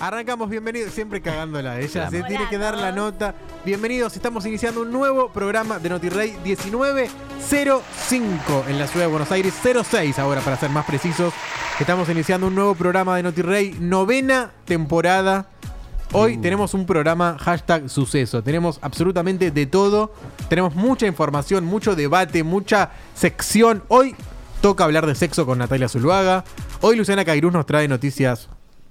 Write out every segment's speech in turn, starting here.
Arrancamos, bienvenidos, siempre cagándola ella, se Hola tiene a que dar la todos. nota. Bienvenidos, estamos iniciando un nuevo programa de NotiRey 1905 en la ciudad de Buenos Aires, 06 ahora para ser más precisos. Estamos iniciando un nuevo programa de NotiRey, novena temporada. Hoy tenemos un programa hashtag suceso, tenemos absolutamente de todo, tenemos mucha información, mucho debate, mucha sección. Hoy toca hablar de sexo con Natalia Zuluaga. Hoy Luciana Cairuz nos trae noticias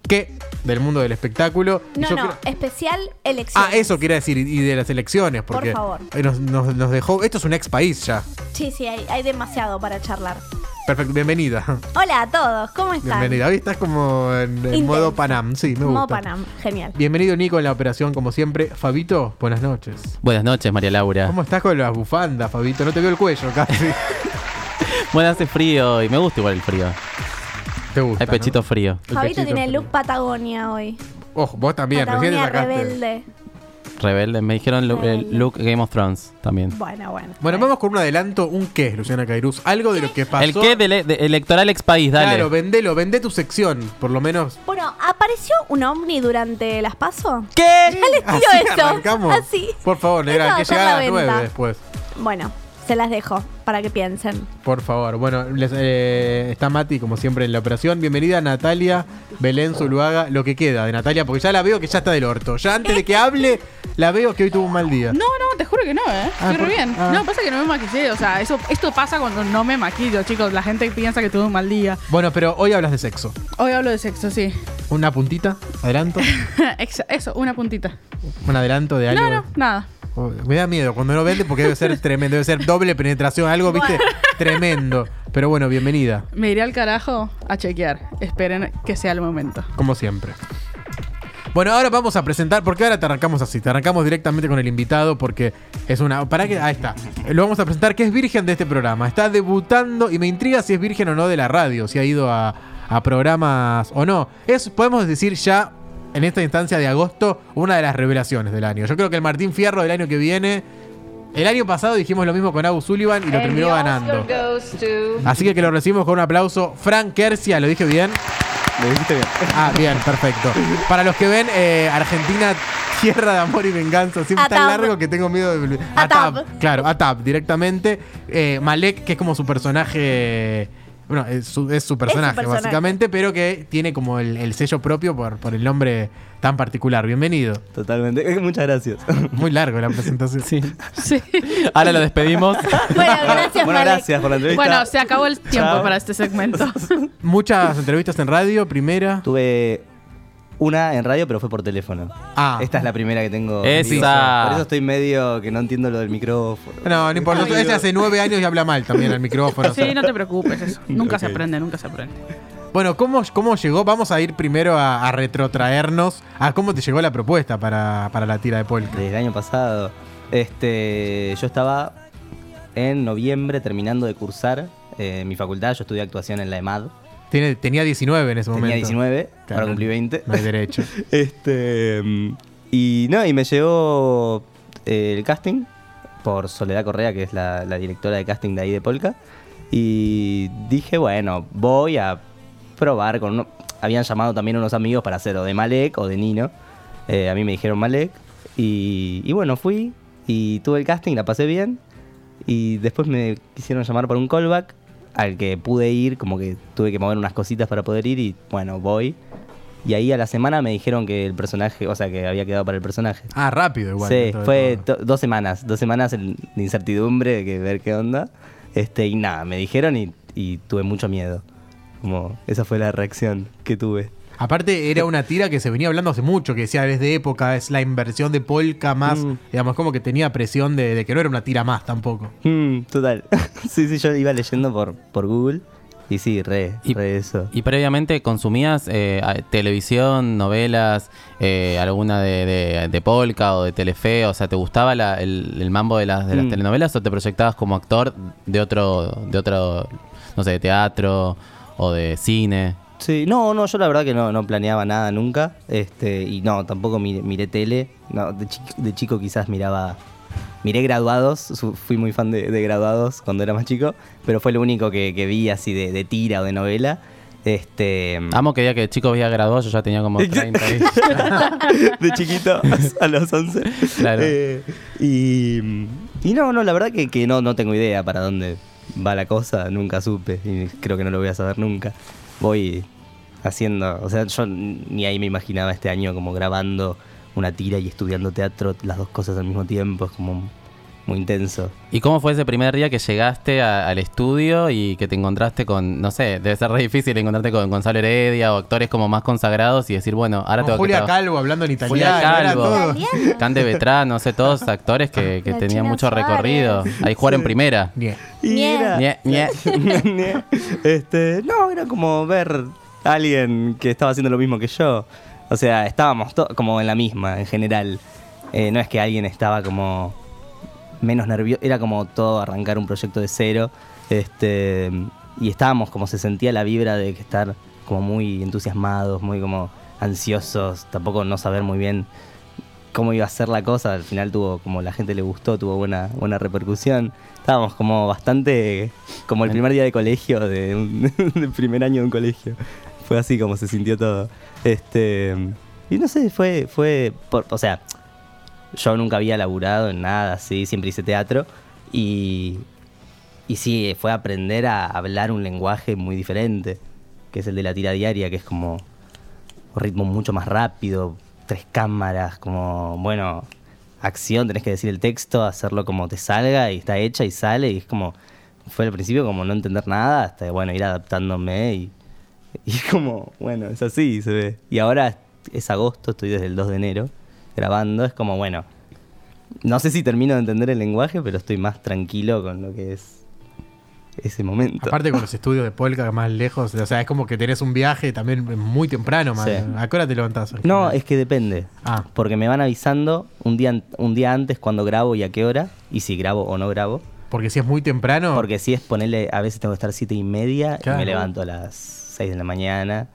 que del mundo del espectáculo. Y No, yo no, creo- especial elección. Ah, eso quería decir, y de las elecciones, Por porque favor. eh, Nos, nos- nos dejó. Esto es un ex país ya. Sí, sí, hay, hay demasiado para charlar. Perfecto, bienvenida. Hola a todos, ¿cómo están? Bienvenida. Hoy estás como en, en Intensa. modo Panam, sí, me gusta. Mo Panam, genial. Bienvenido Nico en la operación, como siempre. Fabito, buenas noches. Buenas noches, María Laura. ¿Cómo estás con las bufandas, Fabito? No te veo el cuello casi. Bueno, hace frío y me gusta igual el frío. te gusta. Hay pechito ¿no? frío. El Fabito pechito tiene el frío. look Patagonia hoy. Ojo, vos también, recién te Patagonia sacaste. rebelde. Rebelde. Me dijeron lu- el Rebelde. look Game of Thrones también. Bueno, bueno. Bueno, vamos con un adelanto, un qué, Luciana Cairuz. Algo de lo que pasó. El qué del- e-, de electoral ex país, dale. Claro, vendelo, vendé tu sección, por lo menos. Bueno, apareció un ovni durante las PASO. ¿Qué? Ya les tiro eso. arrancamos. Así. Por favor, Estaba negra, que ya en llegara a la las 9 venta. después. Bueno, se las dejo para que piensen. Por favor. Bueno, les, eh, está Mati, como siempre, en la operación. Bienvenida Natalia Belén Zuluaga, lo que queda de Natalia, porque ya la veo que ya está del orto. Ya antes de que hable, la veo que hoy tuvo un mal día. No, no, te juro que no, ¿eh? Ah, Estoy por- re bien. ah. No, pasa que no me maquillé. O sea, eso, esto pasa cuando no me maquillo, chicos. La gente piensa que tuve un mal día. Bueno, pero hoy hablas de sexo. Hoy hablo de sexo, sí. Una puntita, adelanto, Exa- eso, una puntita. un adelanto de algo. No, no, nada. Oh, Me da miedo cuando no vende porque debe ser tremendo, debe ser doble penetración, algo, viste, tremendo. Pero bueno, bienvenida, Me iré al carajo a chequear. Esperen que sea el momento. como siempre. Bueno, ahora vamos a presentar, porque ahora te arrancamos así, te arrancamos directamente con el invitado porque es una... Para que... Ahí está. Lo vamos a presentar que es virgen de este programa. Está debutando y me intriga si es virgen o no de la radio, si ha ido a, a programas o no. Es, podemos decir ya, en esta instancia de agosto, una de las revelaciones del año. Yo creo que el Martín Fierro del año que viene... El año pasado dijimos lo mismo con Abu Sullivan y lo terminó ganando. Así que que lo recibimos con un aplauso. Frank Kersia, ¿lo dije bien? Me dijiste bien. Ah, bien, perfecto. Para los que ven, eh, Argentina, tierra de amor y venganza. Siempre tan Atab. largo que tengo miedo de. Atab. Claro, Atab, directamente. Eh, Malek, que es como su personaje. Bueno, es su, es su personaje, personaje. básicamente, pero que tiene como el, el sello propio por, por el nombre tan particular. Bienvenido. Totalmente. Eh, Muchas gracias. Muy largo la presentación. Sí. Sí. Ahora lo despedimos. Bueno, gracias, bueno, Malek. gracias por la entrevista. Bueno, se acabó el tiempo Chao. para este segmento. Muchas entrevistas en radio, primera. Tuve una en radio, pero fue por teléfono. Ah. Esta es la primera que tengo. Esa. en vivo. Por eso estoy medio que no entiendo lo del micrófono. No, no importa. Ella hace nueve años y habla mal también al micrófono. o sea. Sí, no te preocupes, eso. Nunca se aprende, nunca se aprende. Bueno, ¿cómo, ¿cómo llegó? Vamos a ir primero a, a retrotraernos a cómo te llegó la propuesta para, para la tira de polka. Desde el año pasado. Este, yo estaba en noviembre terminando de cursar eh, mi facultad. Yo estudié actuación en la EMAD. Tiene- tenía 19 en ese Tenía momento. 19, Claro. ahora cumplí 20. No hay derecho. Este. mm, Y no, y me llegó eh, el casting por Soledad Correa, que es la, la directora de casting de ahí de Polka. Y dije, bueno, voy a probar con. uno- Habían llamado también unos amigos para hacer o de Malek o de Nino. Eh, a mí me dijeron Malek. Y, y bueno, fui y tuve el casting, la pasé bien. Y después me quisieron llamar por un callback al que pude ir, como que tuve que mover unas cositas para poder ir y bueno, voy. Y ahí a la semana me dijeron que el personaje, o sea, que había quedado para el personaje. Ah, rápido igual. sí, dentro de fue todo. to- dos semanas, dos semanas en- de incertidumbre, de que ver qué onda. Este, y nada, me dijeron y, y tuve mucho miedo. Como, esa fue la reacción que tuve. Aparte, era una tira que se venía hablando hace mucho, que decía, es de época, es la inversión de polka más. Mm. Digamos, como que tenía presión de, de que no era una tira más tampoco. Mm, total. sí, sí, yo iba leyendo por, por Google y sí, re, Y- re eso. ¿Y previamente consumías eh, a- televisión, novelas, eh, alguna de, de, de Polka o de Telefe? O sea, ¿te gustaba la- el, el mambo de las, de las Mm. telenovelas o te proyectabas como actor de otro, de otro, no sé, de teatro o de cine? Sí, no, no, yo la verdad que no, no planeaba nada nunca. Este, y no, tampoco miré, miré tele. No, de, chico, de chico quizás miraba. Miré graduados, su- fui muy fan de, de graduados cuando era más chico, pero fue lo único que, que vi así de, de tira o de novela. Este, Amo que día que el chico había graduado, yo ya tenía como 30. ahí. de chiquito a los 11. Claro. Eh, y, y no, no, la verdad que, que no, no tengo idea para dónde va la cosa, nunca supe y creo que no lo voy a saber nunca. Voy haciendo, o sea, yo ni ahí me imaginaba este año como grabando una tira y estudiando teatro, las dos cosas al mismo tiempo, es como muy intenso. ¿Y cómo fue ese primer día que llegaste a- al estudio y que te encontraste con, no sé, debe ser re difícil encontrarte con Gonzalo Heredia o actores como más consagrados y decir, bueno, ahora Con tengo Julia que... tra- Calvo hablando en italiano. Julia era todo. Calvo, Italiano. Cande Betrán, no sé, todos actores que, que La tenían China mucho Suárez. recorrido. Ahí jugar en primera. Bien. Y Ñe. era- Ñe, ñe. Ñe. este, no, era como ver a alguien que estaba haciendo lo mismo que yo. O sea, estábamos to- como en la misma, en general. Eh, no es que alguien estaba como menos nervioso, era como todo arrancar un proyecto de cero. Este, y estábamos como se sentía la vibra de que estar como muy entusiasmados, muy como ansiosos, tampoco no saber muy bien cómo iba a ser la cosa. Al final tuvo, como la gente le gustó, tuvo buena, buena repercusión. Estábamos como bastante, como el primer día de colegio, de un- del primer año de un colegio. Fue así como se sintió todo. Este, y no sé, fue, fue, por- o sea, yo nunca había laburado en nada así, siempre hice teatro. Y, y sí, fue aprender a hablar un lenguaje muy diferente, que es el de la tira diaria, que es como un ritmo mucho más rápido, tres cámaras, como, bueno, acción, tenés que decir el texto, hacerlo como te salga y está hecha y sale y es como, fue al principio como no entender nada, hasta, bueno, ir adaptándome y, y como, bueno, es así, se ve. Y ahora es agosto, estoy desde el 2 de enero grabando, es como, bueno, no sé si termino de entender el lenguaje, pero estoy más tranquilo con lo que es ese momento. Aparte con los estudios de Polka más lejos, o sea, es como que tenés un viaje también muy temprano, man. Sí. ¿A qué hora te levantás? en No, general? es que depende. Ah. Porque me van avisando un día, an- un día antes cuando grabo y a qué hora, y si grabo o no grabo. Porque si es muy temprano, Porque si es ponerle, a veces tengo que estar siete y media y Claro. me levanto a las 6 de la mañana,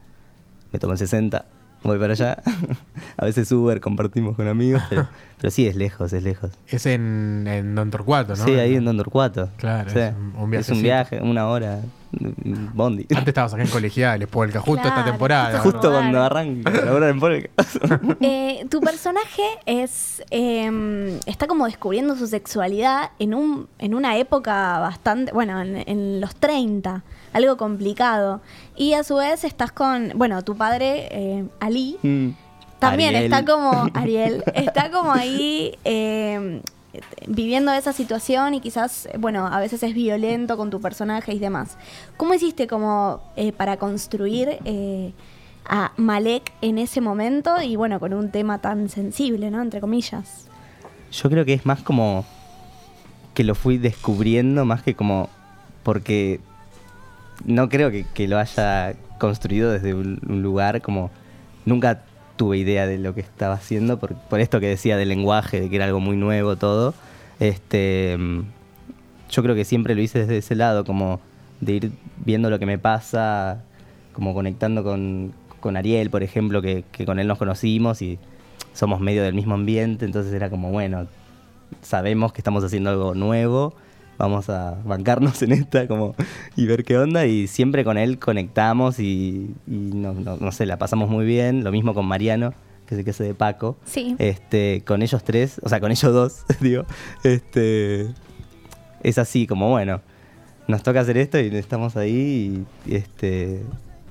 me tomo el 60, voy para allá. a veces Uber compartimos con amigos, pero, pero sí es lejos, es lejos. es en, en Don Torcuato, ¿no? Sí, ahí en Don Torcuato. Claro, Sí. es un- un Es un viajecito. viaje, una hora, mm, bondi. Antes estabas acá en colegiales, Polka, justo esta Claro, temporada. justo. Justo cuando arranca, la hora en Polka. Eh, tu personaje es eh, está como descubriendo su sexualidad en un en una época bastante bueno en, en los 30 algo complicado y a su vez estás con bueno tu padre eh, Ali Mm. Hmm. también Ariel. está como Ariel está como ahí eh, viviendo esa situación y quizás bueno a veces es violento con tu personaje y demás cómo hiciste como eh, para construir eh, a Malek en ese momento y bueno con un tema tan sensible no entre comillas Yo creo que es más como que lo fui descubriendo más que como porque no creo que, que lo haya construido desde un, un lugar como nunca tuve idea de lo que estaba haciendo por, por esto que decía del lenguaje, de que era algo muy nuevo todo. Este mm, yo creo que siempre lo hice desde ese lado como de ir viendo lo que me pasa, como conectando con, con Ariel, por ejemplo, que, que con él nos conocimos y somos medio del mismo ambiente, entonces era como, bueno, sabemos que estamos haciendo algo nuevo, vamos a bancarnos en esta como y ver qué onda y siempre con él conectamos y, y no, no- no sé, la pasamos muy bien, lo mismo con Mariano, que sé que se de Paco. Sí. Este, con ellos tres, o sea, con ellos dos, digo, este es así como, bueno, nos toca hacer esto y estamos ahí y este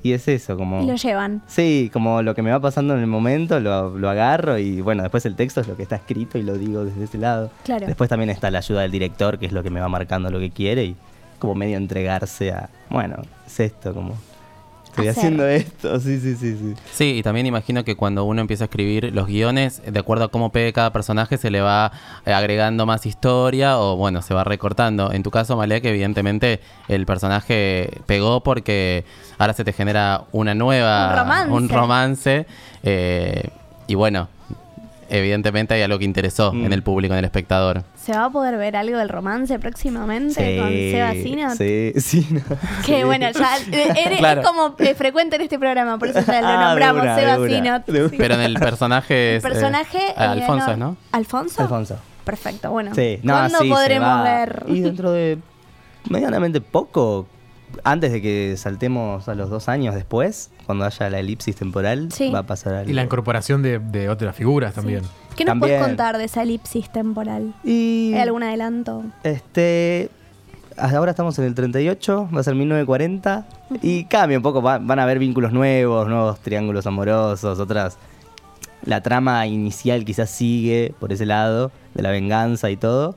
y es eso como y lo llevan Sí, como lo que me va pasando en el momento, lo, lo agarro y bueno, después el texto es lo que está escrito y lo digo desde ese lado. Claro. Después también está la ayuda del director, que es lo que me va marcando lo que quiere y como medio entregarse a, bueno, es esto, como estoy Hacer. haciendo esto, sí, sí, sí, sí. Sí, y también imagino que cuando uno empieza a escribir los guiones, de acuerdo a cómo pegue cada personaje, se le va eh, agregando más historia o, bueno, se va recortando. En tu caso, Malek, evidentemente el personaje pegó porque ahora se te genera una nueva... Un romance. un romance, eh, y bueno, evidentemente hay algo que interesó Mm. en el público, en el espectador. se va a poder ver algo del romance próximamente con Seba Sinat? sí, sí, no, Que sí. bueno, ya eh, eres- Claro. es como eh, frecuente en este programa, por eso ya lo Ah, de nombramos, una, Seba de una, Sinot. de una. Sí. Pero en el personaje... El es, eh, personaje. eh, Alfonso, no- es, ¿no? ¿Alfonso? Alfonso. Perfecto, bueno. Sí, no, ¿Cuándo sí, se podremos va. ver? Y dentro de medianamente poco, antes de que saltemos a los dos años después, cuando haya la elipsis temporal, Sí. va a pasar algo. Y la incorporación de, de otras figuras también. ¿Qué nos puedes También. contar de esa elipsis temporal? Y- ¿Hay algún adelanto? Este. hasta Ahora estamos en el 38, va a ser 1940. Y cambia un poco, va- van a haber vínculos nuevos, nuevos triángulos amorosos, otras. La trama inicial quizás sigue por ese lado, de la venganza y todo.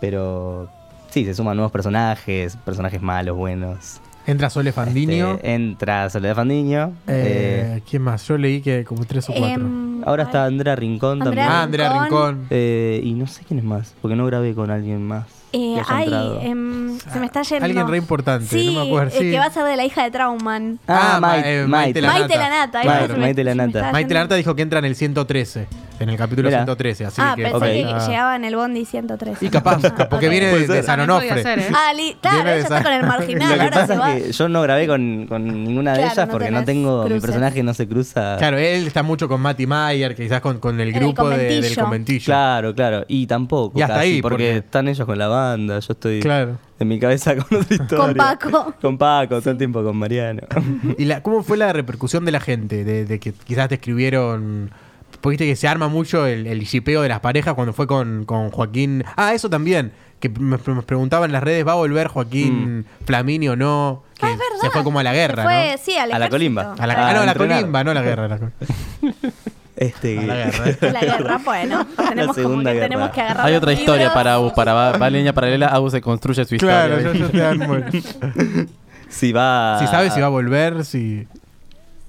Pero sí, se suman nuevos personajes, personajes malos, buenos. Entra Sole Fandinio. Este, entra Soledad Fandiño. eh, Eh, ¿Quién más? Yo leí que como tres o cuatro. Em, ahora ay, está Andrea Rincón Andrea también. ah, Andrea Rincón. Rincón. Eh, y no sé quién es más, porque no grabé con alguien más. que eh, haya ay, entrado. em, se me está yendo. Alguien re importante, Sí, no me acuerdo. eh, sí. que va a ser de la hija de Trauman. Ah, Ah, Ma- Maite, eh, Maite. Maite Lanata. Maite Lanata. ahí Maite, se me- Maite se me Lanata. está Maite yendo. Lanata dijo que entra en el 113, en el capítulo Mirá. 113, así Ah, que... pensé ok. que Ah. llegaba en el Bondi 103. Y capaz, Ah, porque ok. viene Puede de, de ser. San También podría Onofre. ser, ¿eh. Ah, li- claro, Viene de ella está San- con el Lo marginal, que ahora se pasa va. es que yo no grabé con, con ninguna de Claro, ellas no porque no tenés tengo. Mi cruces. personaje no se cruza. Claro, él está mucho con Matty Mayer, quizás con, con el el grupo de- del conventillo. conventillo. Claro, claro. Y tampoco. Y hasta casi, ahí, porque, porque- están ellos con la banda. Yo estoy Claro. en mi cabeza con otra historia. Paco. Con Paco, todo el tiempo con Mariano. ¿Y la, cómo fue la repercusión de la gente? De, de que quizás te escribieron. Porque viste que se arma mucho el, el shipeo de las parejas cuando fue con, con Joaquín. Ah, eso también. Que me, me preguntaban en las redes: ¿va a volver Joaquín Flamini o no? Que Ah, es verdad. se fue como a la guerra, Se fue, ¿no? Sí, al A la ejército. colimba. A la, ah, no, a la entrenar. colimba, no a la guerra. a la- Este, A la guerra, ¿eh? A la guerra, bueno. Tenemos, como segunda que, guerra. tenemos que agarrar Hay los otra libros. historia para Agus, para va, va en línea paralela, Agus se construye su historia. Claro, yo, yo te armo. Si va. Si sabes si va a volver, si.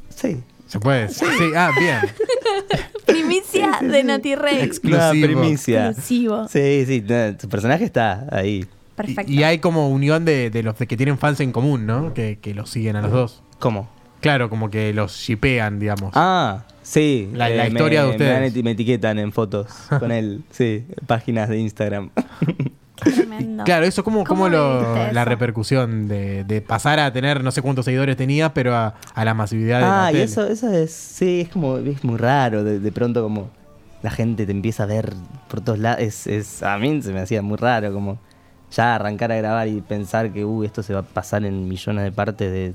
Sí. Se puede. Sí, ah, bien. Primicia de Nati Rey. Una Exclusivo. primicia. Exclusivo. Sí, sí. no, tu personaje está ahí. Perfecto. Y, y hay como unión de, de los que tienen fans en común, ¿no? Que, que los siguen a los dos. ¿Cómo? Claro, como que los shipean, digamos. Ah, sí. La- la historia me- de ustedes. Me, dan eti- me etiquetan en fotos con él. Sí, páginas de Instagram. Qué tremendo. Claro, eso como, ¿Cómo como lo- viviste la eso? repercusión de, de pasar a tener no sé cuántos seguidores tenías, pero a, a la masividad de la Ah, y tele. eso, eso es, sí, es como, es muy raro, de, de pronto como la gente te empieza a ver por todos lados, es, es- a mí se me hacía muy raro como ya arrancar a grabar y pensar que, uy, esto se va a pasar en millones de partes de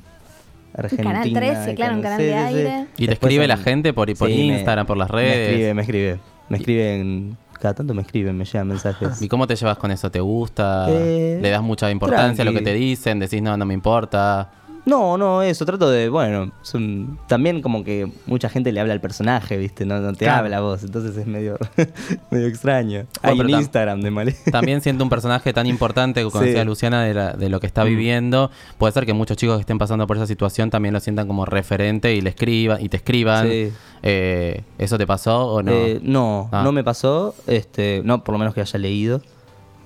Argentina. Canal 13, de claro, un Can- canal sí, de sí, sí. aire. Y te Después escribe en- la gente por, por Sí, me- Instagram, por las redes. Me escribe, me escribe, me escriben, cada tanto me escriben, me llegan mensajes. ¿Y cómo te llevas con eso? ¿Te gusta? Eh, ¿Le das mucha importancia a lo que tranqui. te dicen? ¿Decís no, no me importa? No, no, eso, trato de, bueno, es un- también como que mucha gente le habla al personaje, ¿viste? No, no te Claro. habla a vos, entonces es medio, medio extraño. Bueno, Hay pero un tam- Instagram de Malé. También siendo un personaje tan importante, como Sí. Mm. decía Luciana, de, la- de lo que está viviendo, puede ser que muchos chicos que estén pasando por esa situación también lo sientan como referente y le escriban y te escriban. Sí. Eh, ¿Eso te pasó o no? Eh, no, Ah. no me pasó, este, no, por lo menos que haya leído,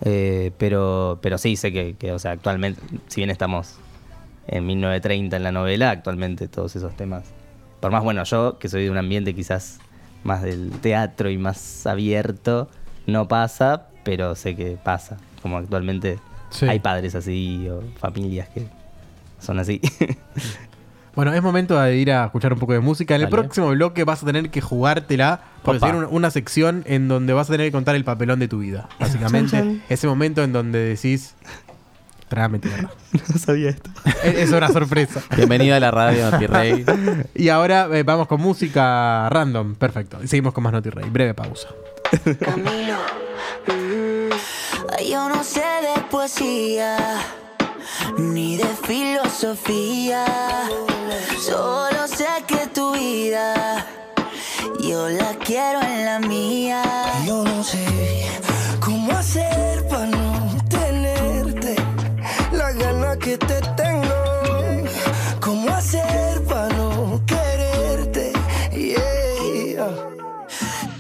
eh, pero, pero sí sé que, que, o sea, actualmente, si bien estamos en 1930 en la novela, actualmente todos esos temas. Por más bueno, yo que soy de un ambiente quizás más del teatro y más abierto, no pasa, pero sé que pasa. Como actualmente Sí. hay padres así o familias que son así. Bueno, es momento de ir a escuchar un poco de música. En el Dale. próximo bloque vas a tener que jugártela porque Opa. tiene una, una sección en donde vas a tener que contar el papelón de tu vida, básicamente. Ese momento en donde decís, trágame tierra. no sabía esto. es, es una sorpresa. Bienvenida a la radio, Nati Rey. Y ahora eh, vamos con música random. Perfecto. Y seguimos con más Noti Rey. Breve pausa. Camilo. Mm. Ay, Yo no sé de poesía ni de filosofía. Solo sé que tu vida yo la quiero en la mía. Yo no sé cómo hacer para no tenerte la gana que te tengo. Cómo hacer para no quererte. Yeah.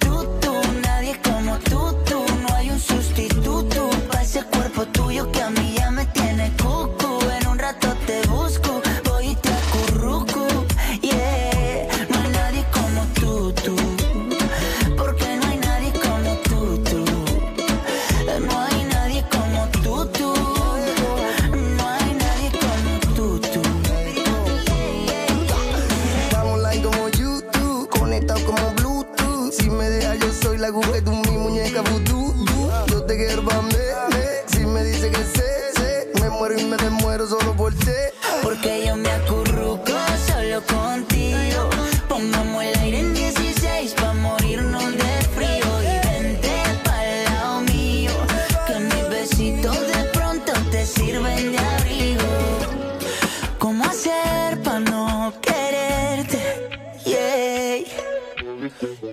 Tú, tú, nadie como tú, tú. No hay un sustituto para ese cuerpo tuyo que a mí ya me tiene cucu. En un rato te busco, voy y te acurruco. Yeah, no hay nadie como tú, tú. bailo contigo. Pongamos el aire en 16 pa' morirnos de frío. Y vente pa'l lado mío, que mis besitos de pronto te sirven de abrigo. ¿Cómo hacer para no quererte? Yeah.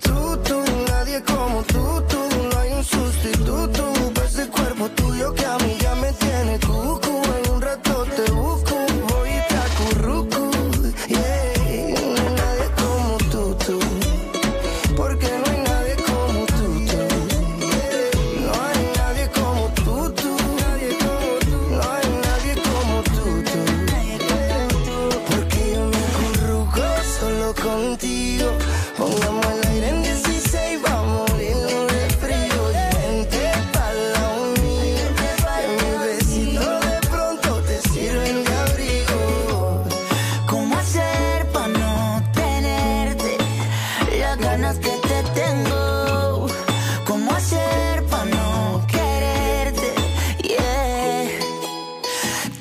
Tú, tú, nadie como tú, tú, no hay un sustituto. Ese cuerpo tuyo que a mí ya me tiene cucu. En un rato te busco, voy y te acurruco. Yeah, no hay nadie como tú, tú. Porque no hay nadie como tú, tú. Yeah. No hay nadie como tú, tú. No hay nadie como tú, tú. Porque yo me acurruco solo contigo. Pongamos el aire en 16, vamos a morirnos de frío. Y vente pa'l lado mío. Que mis besitos de pronto te sirven de abrigo. ¿Cómo hacer para no tenerte? Las ganas que te tengo. ¿Cómo hacer para no quererte? Yeah.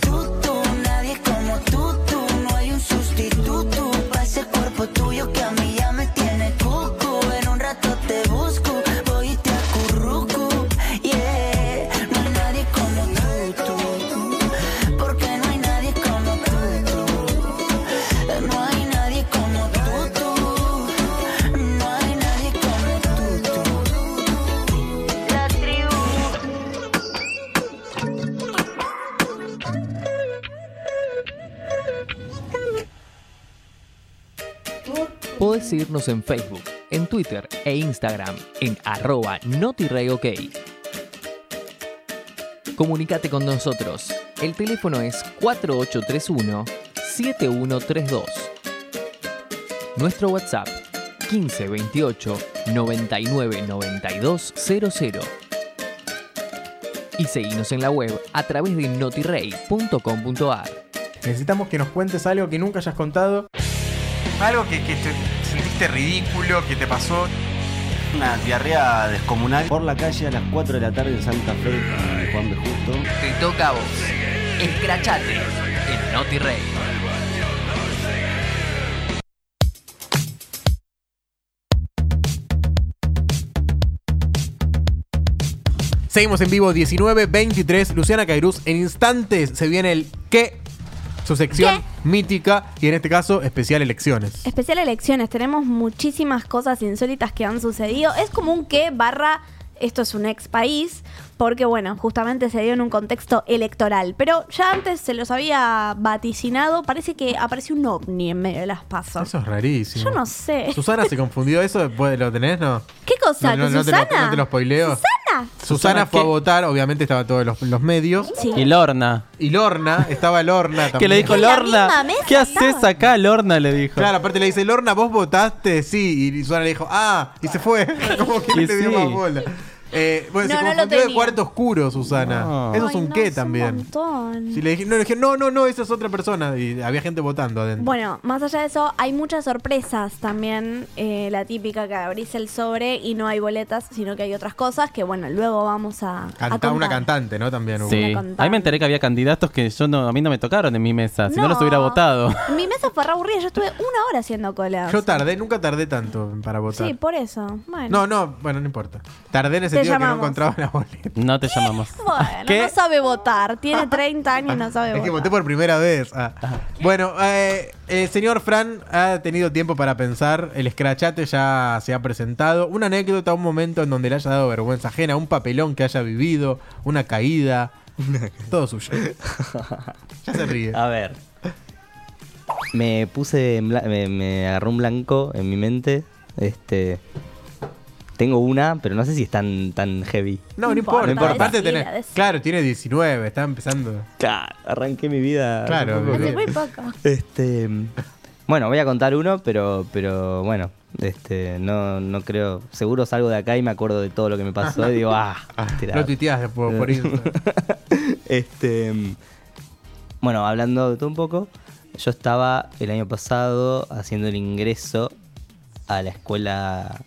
Tú, tú, nadie como tú, tú. No hay un sustituto para ese cuerpo tuyo que a mí ya me tiene cuco. En un rato te busco, voy y te acurruco. Yeah, no hay nadie como tú, tú. Porque no hay nadie como tú, tú. No hay nadie como tú, tú. No hay nadie como tú, tú. La tribu. Podés seguirnos en Facebook, en Twitter e Instagram en arroba notireyok. Comunicate con nosotros. El teléfono es 4831-7132. Nuestro WhatsApp 1528 999200. Y seguinos en la web a través de notirey.com.ar. Necesitamos que nos cuentes algo que nunca hayas contado. Algo que, que te sentiste ridículo, que te pasó. Una diarrea descomunal. Por la calle a las 4 de la tarde en Santa Fe, en Juan B. Justo. Te toca a vos. Escrachate en Noti Rey. Seguimos en vivo 19-23. Luciana Cairuz. En instantes se viene el qué. Su sección mítica y en este caso especial elecciones. Especial elecciones, tenemos muchísimas cosas insólitas que han sucedido. Es como un que barra esto es un ex país, porque bueno, justamente se dio en un contexto electoral. Pero ya antes se los había vaticinado, parece que apareció un ovni en medio de las pasos. Eso es rarísimo. Yo no sé. Susana se confundió eso, ¿Vos ¿lo tenés? No. ¿Qué cosa? No, no, ¿Que no te lo- Susana? no te lo spoileo. ¿Susana? Susana, fue a votar, obviamente estaba todos los, los medios. Sí. Y Lorna. Y Lorna, estaba Lorna también. Que le dijo En la misma Lorna. mesa ¿Qué haces estaba". acá, Lorna? Le dijo. Claro, aparte le dice, Lorna, vos votaste, sí. Y Susana le dijo, ah, y se fue. Como que Y no te dio sí. más bola. Eh, bueno, No, se no lo confundió de tenía. cuarto oscuro, Susana. No. Eso es Ay, un no, qué es también. montón. Si le dije, no, le dije, no, no, no, esa es otra persona. Y había gente votando adentro. Bueno, más allá de eso, hay muchas sorpresas también. eh, la típica que abrís el sobre y no hay boletas, sino que hay otras cosas que, bueno, luego vamos a. a Canta- una contar. cantante, ¿no? También hubo. Sí. Una contable. Ahí me enteré que había candidatos que yo no, a mí no me tocaron en mi mesa. Si no, los hubiera votado. Mi mesa fue re aburrida, yo estuve una hora haciendo cola. Yo tardé, nunca tardé tanto para votar. Sí, por eso. Bueno. No, no, bueno, no importa. Tardé en el Te sentido que no llamamos. encontraba la boleta. No te llamamos. Bueno, ¿Qué? no sabe votar. Tiene 30 años y no sabe Es que voté votar. por primera vez. Ah. Bueno, eh, el señor Fran ha tenido tiempo para pensar. El escrachate ya se ha presentado. Una anécdota, un momento en donde le haya dado vergüenza ajena, un papelón que haya vivido, una caída. Todo suyo. Ya se ríe. A ver. Me puse. en bla- me, me agarró un blanco en mi mente. Este. Tengo una, pero no sé si es tan, tan heavy. No, no importa. No importa. Aparte Decila, tenés- decila. claro, tiene 19, está empezando. Claro, arranqué mi vida. Claro, un poco. Hace muy poco. Este. Bueno, voy a contar uno, pero. pero bueno. Este. No, no creo. Seguro salgo de acá y me acuerdo de todo lo que me pasó. y digo, ah, tirado. Lo tuiteás después por Instagram. este. mm, Bueno, hablando de todo un poco, yo estaba el año pasado haciendo el ingreso a la escuela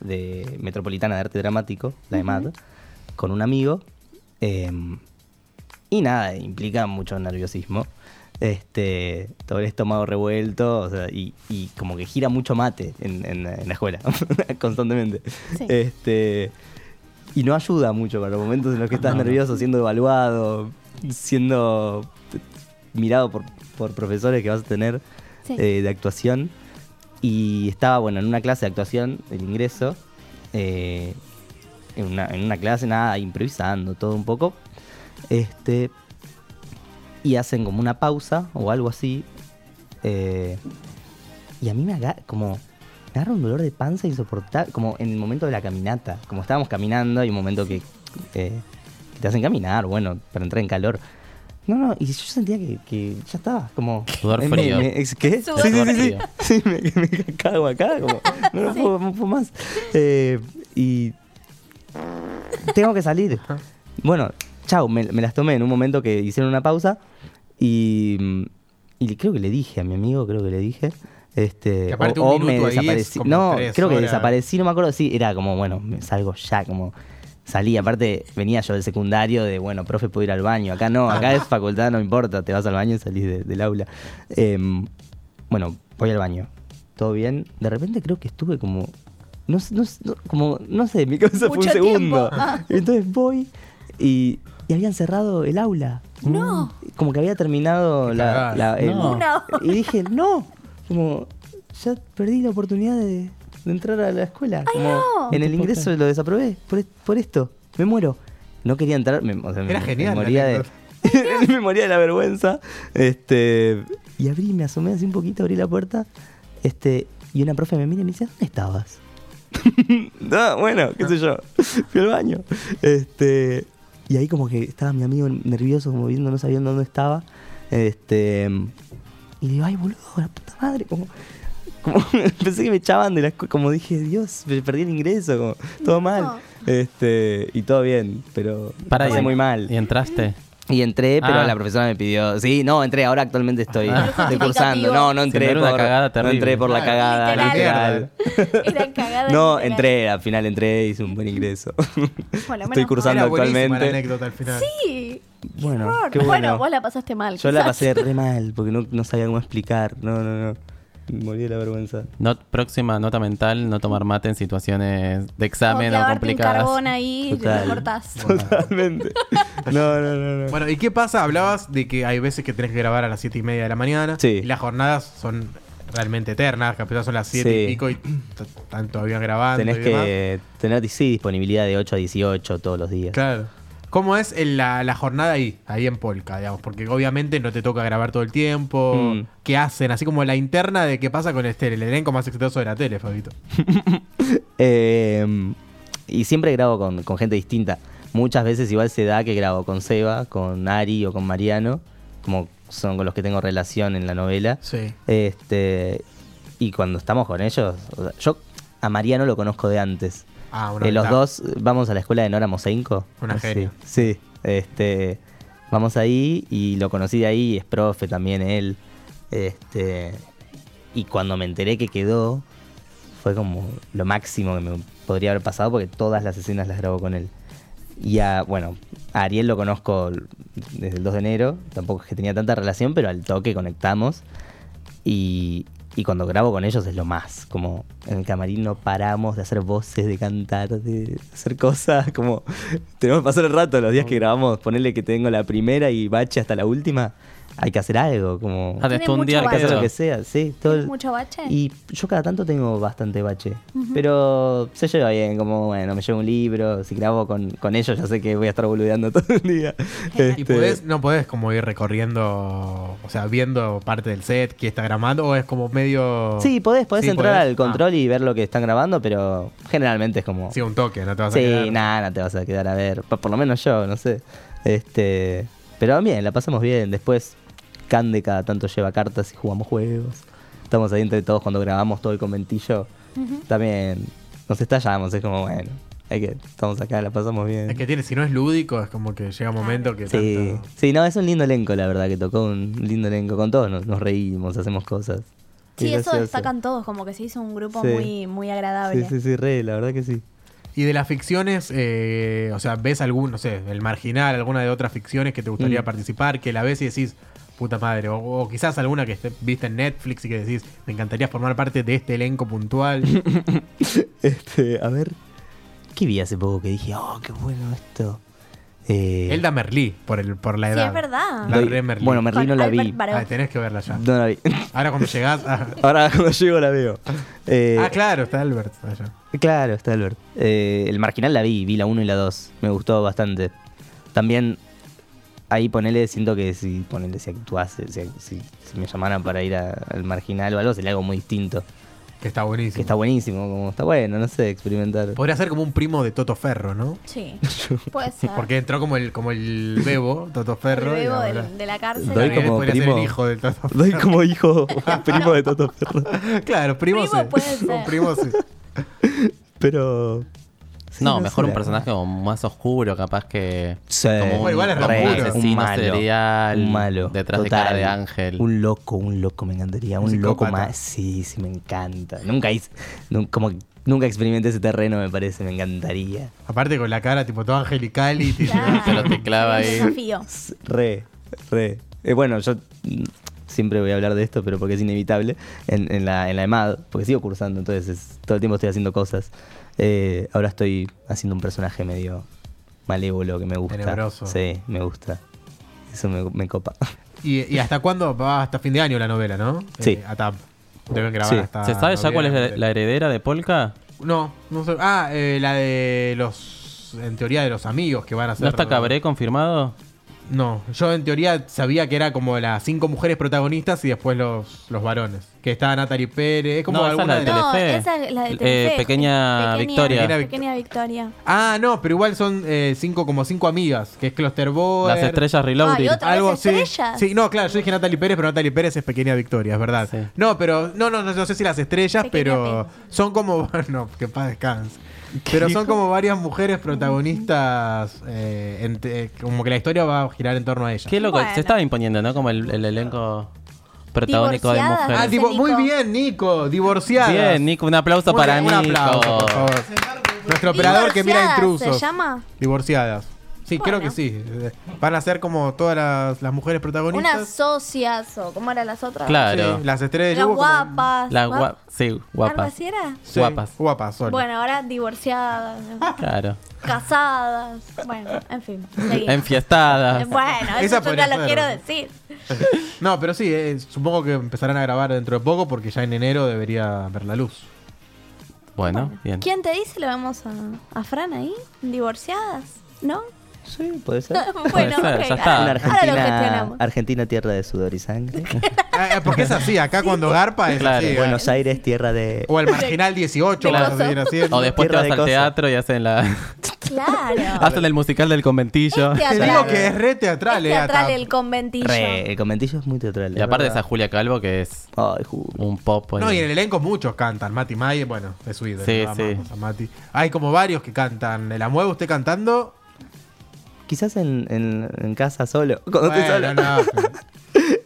de Metropolitana de Arte Dramático, la de MAD, con un amigo. em, y nada, implica mucho nerviosismo. Este, todo el estómago revuelto o sea, y, y como que gira mucho mate en, en- en la escuela, constantemente. Sí. Este, y no ayuda mucho para los momentos en los que estás No, no. nervioso, siendo evaluado, siendo mirado por, por profesores que vas a tener Sí. eh, de actuación. Y estaba, bueno, en una clase de actuación, el ingreso, eh, en, una, en una clase, nada, improvisando todo un poco. Este, y hacen como una pausa o algo así. eh, y a mí me agarra, como, me agarra un dolor de panza insoportable, como en el momento de la caminata. Como estábamos caminando, hay un momento que, eh, que te hacen caminar, bueno, para entrar en calor. No, no, y yo sentía que, que ya estaba, como... Sudor me- me- frío. me- ex- ¿Qué? Sudor Sí, sí, sí, sí. frío. Sí, me, me cago acá, como, no, no puedo, no puedo más. Eh, y tengo que salir. Bueno, chao, me, me las tomé en un momento que hicieron una pausa y, y creo que le dije a mi amigo, creo que le dije. Este, Que aparte un minuto ahí es como No, tres creo que horas. desaparecí, no me acuerdo. Sí, era como, bueno, me salgo ya, como salí. Aparte, venía yo del secundario de, bueno, profe, puedo ir al baño. Acá no, acá es facultad, no importa, te vas al baño y salís de- del aula. Em, bueno, voy al baño. Todo bien. De repente creo que estuve como. No, sé- no sé- no- como, no sé, mi cabeza fue un Mucho segundo. tiempo. Ah. Entonces voy y, y habían cerrado el aula. No. Como que había terminado la. cagás. la- el- No. Una Y dije, no. Como, ya perdí la oportunidad de, de entrar a la escuela. Como, no. En No el te ingreso lo desaprobé por, es- por esto. Me muero. No quería entrar. me- o sea, me- Era genial Me la moría de. me moría de la vergüenza. Este. Y abrí, me asomé así un poquito, abrí la puerta. Este. Y una profe me mira y me dice, ¿dónde estabas? Ah, bueno, qué sé yo. Fui al baño. Este. Y ahí como que estaba mi amigo nervioso, como viendo, no sabiendo dónde estaba. Este. Y le digo, ay, boludo, la puta madre, como. como- pensé que me echaban de la escu- como dije, Dios, me perdí el ingreso, como, todo mal. Este, y todo bien, pero Para, pasé y- muy mal. ¿Y entraste? Y entré, pero Ah. la profesora me pidió. Sí, no, entré, ahora actualmente estoy, Ah. estoy cursando. No, no Si entré no era una por, cagada no terrible. entré por la Claro. cagada, Literal. literal. cagada No, literal. entré, al final entré, hice un buen ingreso. Bueno, Estoy menos cursando mal. Era buenísima la actualmente. anécdota al final. Sí. Bueno, horror. qué bueno. vos la pasaste mal. Yo la quizás. pasé re mal porque no, no sabía cómo explicar. No, no, no. Morí de la vergüenza. No, próxima nota mental, no tomar mate en situaciones de O examen o, clavarte un complicadas. carbón ahí, te Total. cortás. Totalmente. No, no, no, Bueno, ¿y qué pasa? Hablabas de que hay veces que tenés que grabar a las 7 y media de la mañana. Sí. Y las jornadas son realmente eternas, que apenas son las 7 y Sí. pico y t- están todavía grabando. Tenés y demás. que tener sí, disponibilidad de 8 a 18 todos los días. Claro. ¿Cómo es el- la, la jornada ahí, ahí en Polka, digamos? Porque obviamente no te toca grabar todo el tiempo. Mm. ¿Qué hacen? Así como la interna de qué pasa con este, el elenco más exitoso de la tele, Fabito. Eh, y siempre grabo con, con gente distinta. Muchas veces igual se da que grabo con Seba, con Ari o con Mariano, como son con los que tengo relación en la novela. Sí. Este, y cuando estamos con ellos, o sea, yo a Mariano lo conozco de antes. Ah, una Eh, los ventaja. dos vamos a la escuela de Nora Moseinko. Una Sí, genia. Sí, este, vamos ahí y lo conocí de ahí, es profe también él. Este, y cuando me enteré que quedó, fue como lo máximo que me podría haber pasado porque todas las escenas las grabó con él. Y a, bueno, a Ariel lo conozco desde el 2 de enero, tampoco es que tenía tanta relación, pero al toque conectamos. Y, y cuando grabo con ellos es lo más, como en el camarín no paramos de hacer voces, de cantar, de hacer cosas, como tenemos que pasar el rato los días que grabamos, ponerle que tengo la primera y bache hasta la última, hay que hacer algo, como... Ah, te Tienen estundear hay mucho que hacer bache. lo que sea, sí. Todo el- ¿Mucho bache? y yo cada tanto tengo bastante bache. Ujú. Pero se lleva bien, como bueno, me llevo un libro, si grabo con, con ellos ya sé que voy a estar boludeando todo el día. ¿Y Este, podés- no podés como ir recorriendo, o sea, viendo parte del set, que está grabando, o es como medio... Sí, podés, podés Sí, entrar podés. Ah. al control y ver lo que están grabando, pero generalmente es como. Sí, un toque, no te vas a Sí, quedar. nada, no te vas a quedar a ver. Por, por lo menos yo, no sé. Este. Pero bien, la pasamos bien. Después, Cande cada tanto lleva cartas y jugamos juegos. Estamos ahí entre todos cuando grabamos todo el conventillo. Ujú. También nos estallamos, es como, bueno, hay que, estamos acá, la pasamos bien. Es Ah, que tiene, si no es lúdico, es como que llega un momento que... Sí, tanto- sí, no, es un lindo elenco, la verdad, que tocó un lindo elenco. Con todos nos, nos reímos, hacemos cosas. Sí, Es eso gracioso. destacan todos, como que se hizo un grupo Sí. muy, muy agradable. Sí, sí, sí, re, la verdad que sí. Y de las ficciones, eh, o sea, ¿ves algún, no sé, el marginal, alguna de otras ficciones que te gustaría Mm. participar, que la ves y decís, puta madre. O, o quizás alguna que esté- viste en Netflix y que decís, me encantaría formar parte de este elenco puntual. Este, a ver. ¿Qué vi hace poco que dije, oh, qué bueno esto? Eh, Elda Merlí, por, el, por la Sí, edad. es verdad. La Doy- re Merlí. Bueno, Merlí Con no la Albert vi. Baró. Ah, tenés que verla ya. No la vi. Ahora cuando llegás. Ah, Ahora cuando llego la veo. Eh, ah, claro, está Albert allá. Claro, está Albert. Eh, el marginal la vi, vi la 1 y la 2. Me gustó bastante. También ahí ponele, siento que si ponele si actuase, si, si- si me llamaran para ir a- al marginal o algo, sería algo muy distinto. Que está Que buenísimo. está buenísimo, como está bueno, no sé, experimentar. Podría ser como un primo de Toto Ferro, ¿no? Sí. Puede ser. Porque entró como el, como el bebo, Toto Ferro. El y bebo ahora- del- de la cárcel. Doy Gabriel como podría ser primo. el hijo del Toto Ferro. Doy como hijo primo de Toto Ferro. Claro, primo, Primo sí. puede ser. Un primo sí. Pero. sí, no, sé, mejor un la- personaje como más oscuro, capaz que. Sí. Como un, Bueno, igual es como un re oscuro. asesino Un malo, serial. un malo. Detrás total. de cara de ángel. Un loco, un loco, me encantaría. Un, Un loco psicópata. más. Sí, sí, me encanta. Nunca hice. nun- como que nunca experimenté ese terreno, me parece, me encantaría. Aparte con la cara tipo todo angelical y te- Claro. Pero te clava Es un ahí. desafío. S- Re, re. Eh, bueno, yo mm, siempre voy a hablar de esto, pero porque es inevitable. En, en la, en la EMAD, porque sigo cursando, entonces es- todo el tiempo estoy haciendo cosas. Eh, ahora estoy haciendo un personaje medio malévolo que me gusta. Tenebroso. Sí, me gusta. Eso me, me copa. y, y hasta cuándo va hasta fin de año la novela, ¿no? Sí. Eh, hasta deben grabar Sí. hasta ¿Se sabe ya cuál es la, noviembre. la heredera de Polka? No, no sé. Ah, eh, la de los en teoría de los amigos que van a ser ¿No está Cabré confirmado? No, yo en teoría sabía que era como las cinco mujeres protagonistas y después los, los varones. Que está Natalie Pérez, es como No, esa es alguna la de de las- No, Telefe. esa es la de Eh, Telefe. Pequeña Ah, Victoria. Pequeña, Pequeña Pequeña Victoria. Ah, no, pero igual son eh, cinco como cinco amigas, que es Cluster Boy. Las estrellas Reloaded. Ah, y otra- Algo vez así. estrellas. Sí, no, claro, yo dije Natalie Pérez, pero Natalie Pérez es pequeña victoria, es verdad. Sí. No, pero no, no, no, no sé si las estrellas, Pequeña pero son como, bueno, que paz descanse. Pero son como varias mujeres protagonistas, eh, en- eh, como que la historia va a girar en torno a ellas. Qué loco, Bueno. se estaba imponiendo, ¿no? Como el, el elenco protagónico de Divorciadas. Ah, mujeres. tipo, Nico. muy bien, Nico, divorciada. Bien, Nico, un aplauso para un Nico. aplauso, por favor. Nuestro operador que mira Divorciadas, intrusos. ¿Se llama? Divorciadas. Sí, creo Bueno. que sí. Eh, Van a ser como todas las, las mujeres protagonistas. Unas socias o cómo eran las otras. Sí, Claro. las estrellas. Las hubo como- guapas. La guap- gua- sí, ¿Algo guapas. así era? Sí, Guapas. Guapas, solo. Bueno, ahora divorciadas, Claro. casadas. Bueno, en fin. seguimos. Enfiestadas. Eh, Bueno, Esa eso yo podría no lo ser. quiero decir. No, pero sí, eh, supongo que empezarán a grabar dentro de poco porque ya en enero debería ver la luz. Bueno, bien. ¿Quién te dice? Lo vemos a, a Fran ahí, divorciadas, ¿no? Sí, puede ser. bueno, ser, ok, ya está. Una ahora- ahora lo Argentina, gestionamos. Argentina tierra de sudor y sangre. Ah, eh, porque es así, acá cuando garpa es Claro. así. Buenos eh. Aires tierra de... O el marginal 18, Claro. vas a seguir haciendo. O después te Tierra vas de al cosas. teatro y hacen la Claro. hacen el musical del conventillo. Es Te teatral. digo que es re teatral, Es eh, teatral hasta- el conventillo. Re, el comentillo es muy teatral. Y aparte esa esa Julia Calvo que es Ay, ju- un pop. No, y en el elenco muchos cantan. Mati May, bueno, es su ídolo. Sí, lo sí. amamos a Mati. Hay como varios que cantan. ¿La mueve usted cantando? Quizás en, en- en casa solo. Cuando estoy solo. Bueno, no, pero-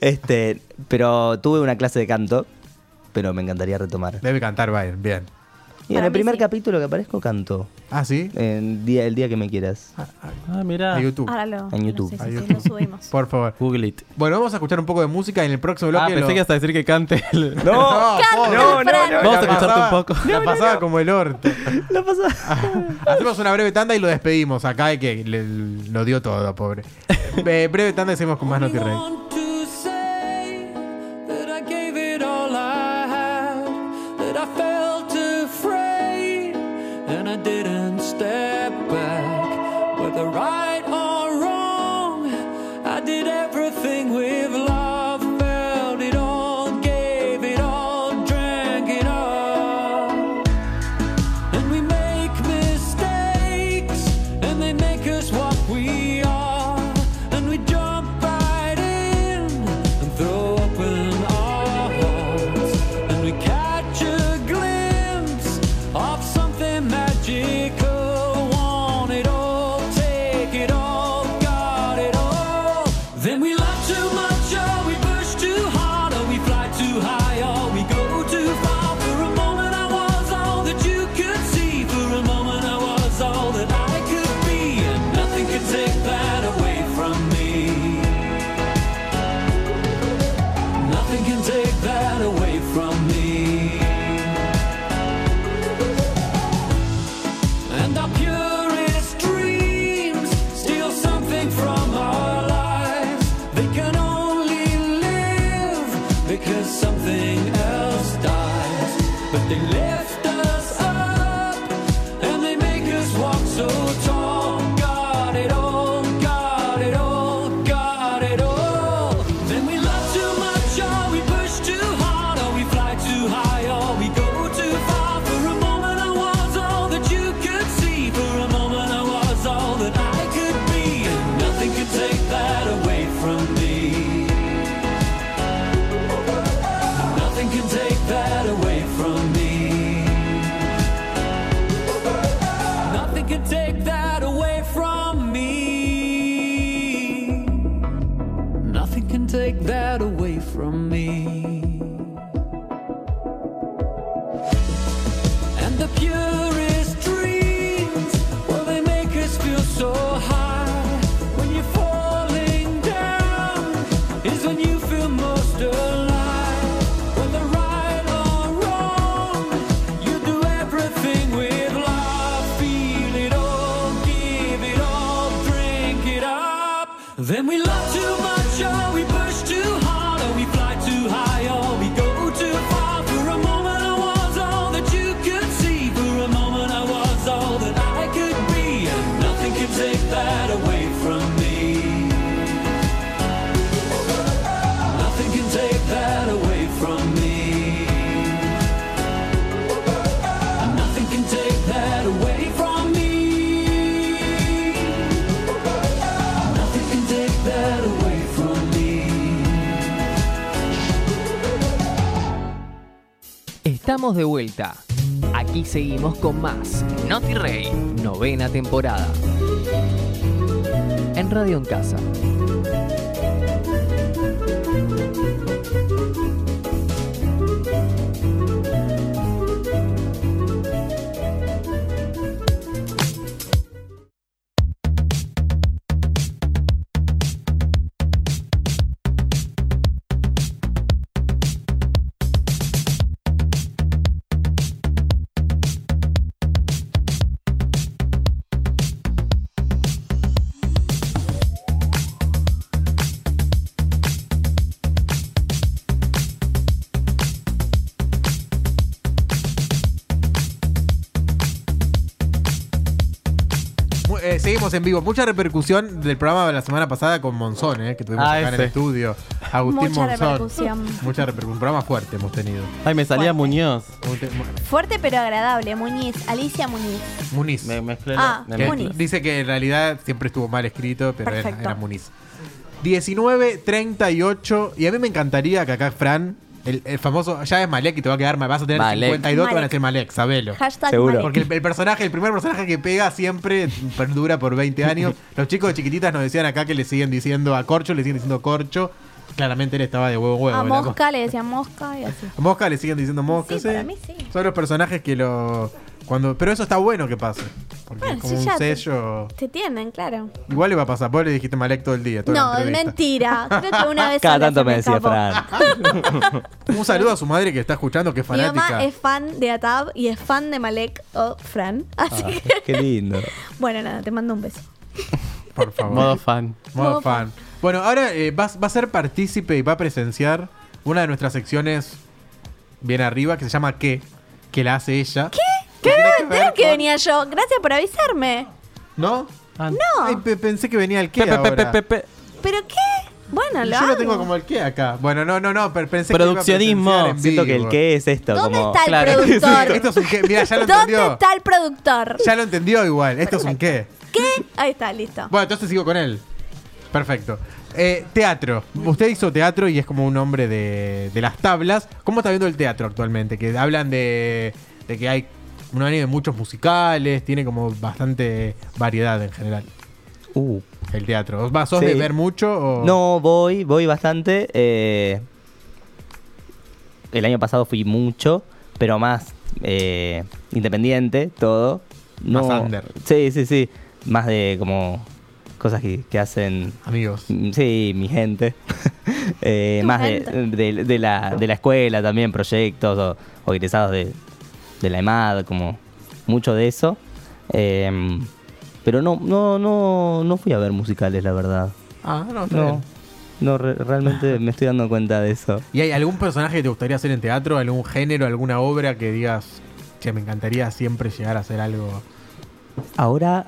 Este, pero tuve una clase de canto, pero me encantaría retomar. Debe cantar Bayern, bien. Y en Para el mí primer sí. Este capítulo que aparezco canto. Ah, ¿sí? En día, el día que me quieras. Ah, mira. A YouTube. Ahora lo, En YouTube. no sé A si YouTube. lo subimos. Por favor. Google it. Bueno, vamos a escuchar un poco de música y en el próximo bloque. Ah, pensé lo- que ibas a decir que cante. el- Canta, No, no, no, Fran. no, Vamos a la escucharte pasaba- un poco. La pasaba como el orto. La pasada. Hacemos una breve tanda y lo despedimos. Acá hay que le- lo dio todo, pobre. Eh, breve tanda y seguimos con más No Te Rey. want to say that I gave it all I had, that I felt afraid, and I didn't step back. Whether right or wrong, I did everything with love, felt it all, gave it all, drank it all. And we make mistakes, and they make us what we are. And we jump right in nothing else dies. But they lift us up and they make us walk so tall. Got it all, got it all, got it all. Then we love too much, or we push too hard, or we fly too high, or we go too far. For a moment, I was all that you could see. For a moment, I was all that I could be. And nothing could take that away from me. Nothing can take that away from me. Nothing can take that away from me. Nothing can take that away from me. And the purest dreams, well, they make us feel so high. When you're falling down, is when you feel most alive. Whether right or wrong, you do everything with love. Feel it all, give it all, drink it up. Then we love too much, or we push too hard, or we fly too high, or we go too far. For a moment, I was all that you could see. For a moment, I was all that I could be. And nothing can take that away from me. Nothing can take that away from me. Nothing can take that away from me. Nothing can take that away from me. Estamos de vuelta. Aquí seguimos con más Noti Rey, novena temporada. En Radio en Casa. Mu- eh, seguimos en vivo. Mucha repercusión del programa de la semana pasada con Monzón, eh, que tuvimos Ah, acá en ese. el estudio. Agustín Mucha Monzón. repercusión. Mucha repercusión. Un programa fuerte hemos tenido. Ay, me salía Muñoz. Un te- mu- Fuerte pero agradable, Muñiz, Alicia Muñiz. Muniz. Ah, la- Que Muniz. Dice que en realidad siempre estuvo mal escrito, pero era, Perfecto. era Muniz. 19, 38. Y a mí me encantaría que acá Fran, el, el famoso, ya es Malek y te va a quedar mal. Vas a tener Malek. 52, te van a Malek. decir Malek, sabelo. Hashtag Seguro. Malek. Porque el, el personaje, el primer personaje que pega siempre perdura por 20 años. Los chicos de chiquititas nos decían acá que le siguen diciendo a Corcho, le siguen diciendo Corcho. Claramente él estaba de huevo huevo. A era co- Ah, Mosca le decía Mosca y así. a Mosca le siguen diciendo Mosca. Sí, sí. para mí sí. Son los personajes que lo. Cuando, pero eso está bueno que pase. Porque Bueno, es como sí, un ya te- sello. Te tienen, claro. Igual le va a pasar, vos le dijiste Malek todo el día. toda la No, entrevista. mentira. Creo que una vez Cada sola tanto se me decía escapó. Fran. Un saludo a su madre que está escuchando, que es Mi fanática. mamá es fan de Atab y es fan de Malek o Fran. Así Ah. que, Qué lindo. bueno, nada, te mando un beso. Por favor. Modo fan. Modo Modo fan. Bueno, ahora eh, va, va a ser partícipe y va a presenciar una de nuestras secciones bien arriba que se llama ¿Qué? Que la hace ella. ¿Qué? ¿Qué no entendés que venía yo? Gracias por avisarme. ¿No? No. Ay, pe- pensé que venía el qué. Pe- pe- pe- ahora. pe- pe- ¿Pero qué? Bueno, lo Yo lo hago. tengo como el qué acá. Bueno, no, no, no, pero pensé Produccionismo. que iba a presenciar en Siento que vivo. el qué es esto. ¿Dónde como, está el productor? Esto es un qué. Mira, ya lo ¿Dónde entendió. está el productor? Ya lo entendió igual. Esto es un qué. ¿Qué? Ahí está, listo. Bueno, entonces sigo con él. Perfecto. Eh, teatro. Usted hizo teatro y es como un hombre de, de las tablas. ¿Cómo está viendo el teatro actualmente? Que hablan de, de que hay un año de muchos musicales, tiene como bastante variedad en general. Uh. El teatro. ¿Vas sos de Sí. ver mucho o No, voy, voy bastante. eh, el año pasado fui mucho, pero más eh, independiente, todo. No, Más under. Sí, sí, sí. Más de como cosas que, que hacen. amigos? mm, Sí, mi gente. Eh, Tu más de, gente. de- de la, de la escuela también, proyectos o, o egresados de, de la EMAD, como mucho de eso. Em, pero no, no, no, no fui a ver musicales, la verdad. Ah, no, está No. bien. No, re- realmente me estoy dando cuenta de eso. ¿Y hay algún personaje que te gustaría hacer en teatro? ¿Algún género, alguna obra que digas, che, me encantaría siempre llegar a hacer algo? Ahora,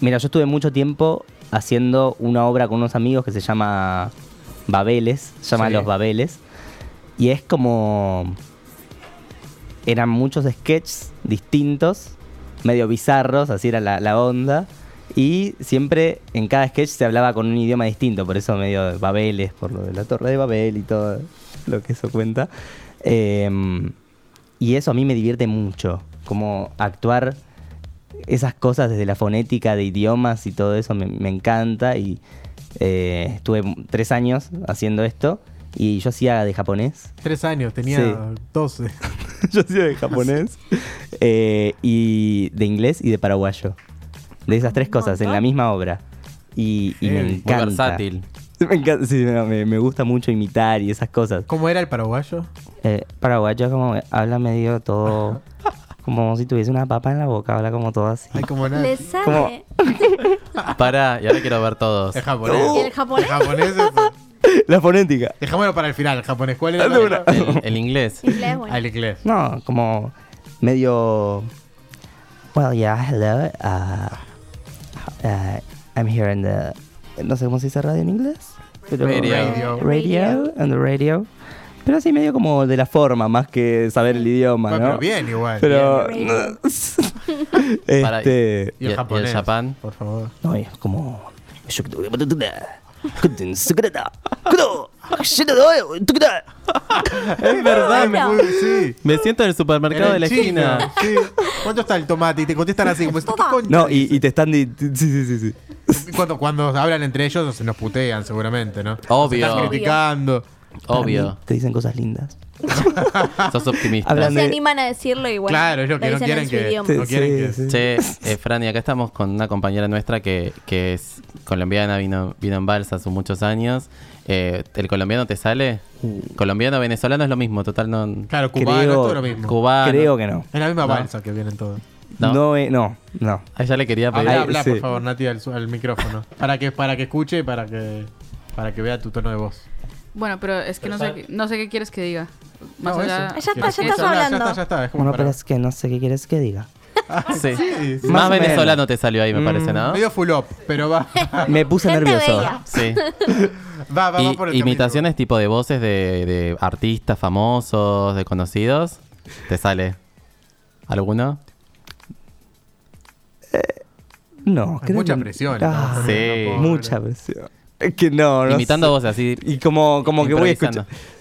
mira, yo estuve mucho tiempo haciendo una obra con unos amigos que se llama Babeles, se llama Sí. Los Babeles, y es como... Eran muchos sketches distintos, medio bizarros, así era la, la onda, y siempre en cada sketch se hablaba con un idioma distinto, por eso medio de Babeles, por lo de la Torre de Babel y todo lo que eso cuenta. Em, y eso a mí me divierte mucho, como actuar esas cosas desde la fonética de idiomas y todo eso me, me encanta y eh, estuve m- tres años haciendo esto y yo hacía de japonés. Tres años, tenía Sí. 12. yo hacía de japonés eh, y de inglés y de paraguayo. De esas tres cosas en la misma obra. Y, y me Heavy. Muy encanta. versátil. Me encanta, sí, no, me, me gusta mucho imitar y esas cosas. ¿Cómo era el paraguayo? Eh, paraguayo como habla medio todo... Como si tuviese una papa en la boca, habla como todo así. como Le Como- sale. Pará, y ahora quiero ver todos. El japonés. ¿Y el japonés? El japonés La fonética. Dejémoslo para el final, el japonés. ¿Cuál era? Dura. El, el inglés. Inglés, bueno. Ah, el inglés. No, como medio. Well, yeah, hello. uh, uh, I'm here in the. No sé cómo se dice radio en inglés. pero- Radio. Radio, on the radio. Pero así medio como de la forma, más que saber el idioma, Bueno, ¿no? pero bien igual, Pero. bien. Pará, este. y, y el japonés? Japón. Por favor. No, es como. Es verdad, me fui- sí. Me siento en el supermercado Era de la en China, esquina. sí. ¿Cuánto está el tomate? Y te contestan así. como, ¿qué coño? No, y, y te están. di- Sí, sí, sí. sí. Cuando, cuando hablan entre ellos se nos putean seguramente, ¿no? Obvio. Se están criticando. Obvio. Te dicen cosas lindas. Sos optimista. No Hablan se de- animan a decirlo y bueno. Claro, es lo que no dicen quieren en su que- idioma. Sí. No quieren que- Che, eh, Fran, y acá estamos con una compañera nuestra que, que es colombiana, vino, vino en Balsa hace muchos años. Eh, ¿El colombiano te sale? Colombiano, venezolano es lo mismo, total no... Claro, cubano, Uh. Creo- es todo lo mismo. Cubano. Creo que no. Es la misma No. balsa que vienen todos. No. No, eh, no, no. A ella le quería pedir... Habla, habla, sí. por favor, Nati, al, su- al micrófono. Para que, para que escuche y para que, para que vea tu tono de voz. Bueno, pero es que no sé, qué- no sé qué quieres que diga. Más No, allá. eso. Ya está, ya ¿Quieres estás hablar? hablando. Ya está, ya está. Es como Bueno, para- pero es que no sé qué quieres que diga. Sí. Sí. Más, Más o menos. Mm. venezolano te salió ahí, me parece, ¿no? Medio full up, pero va. Me puse Gente nervioso. bella. Sí. va, Ah, va, va Y- por el imitaciones tipo de voces de, de artistas famosos, de conocidos. ¿Te sale alguno? Eh, No, Hay creo mucha que- presión, Ah, estamos poniendo, sí. pobre. Mucha presión. Es que no, no Imitando sé. voces así. Y como, como que voy a escuchar. improvisando.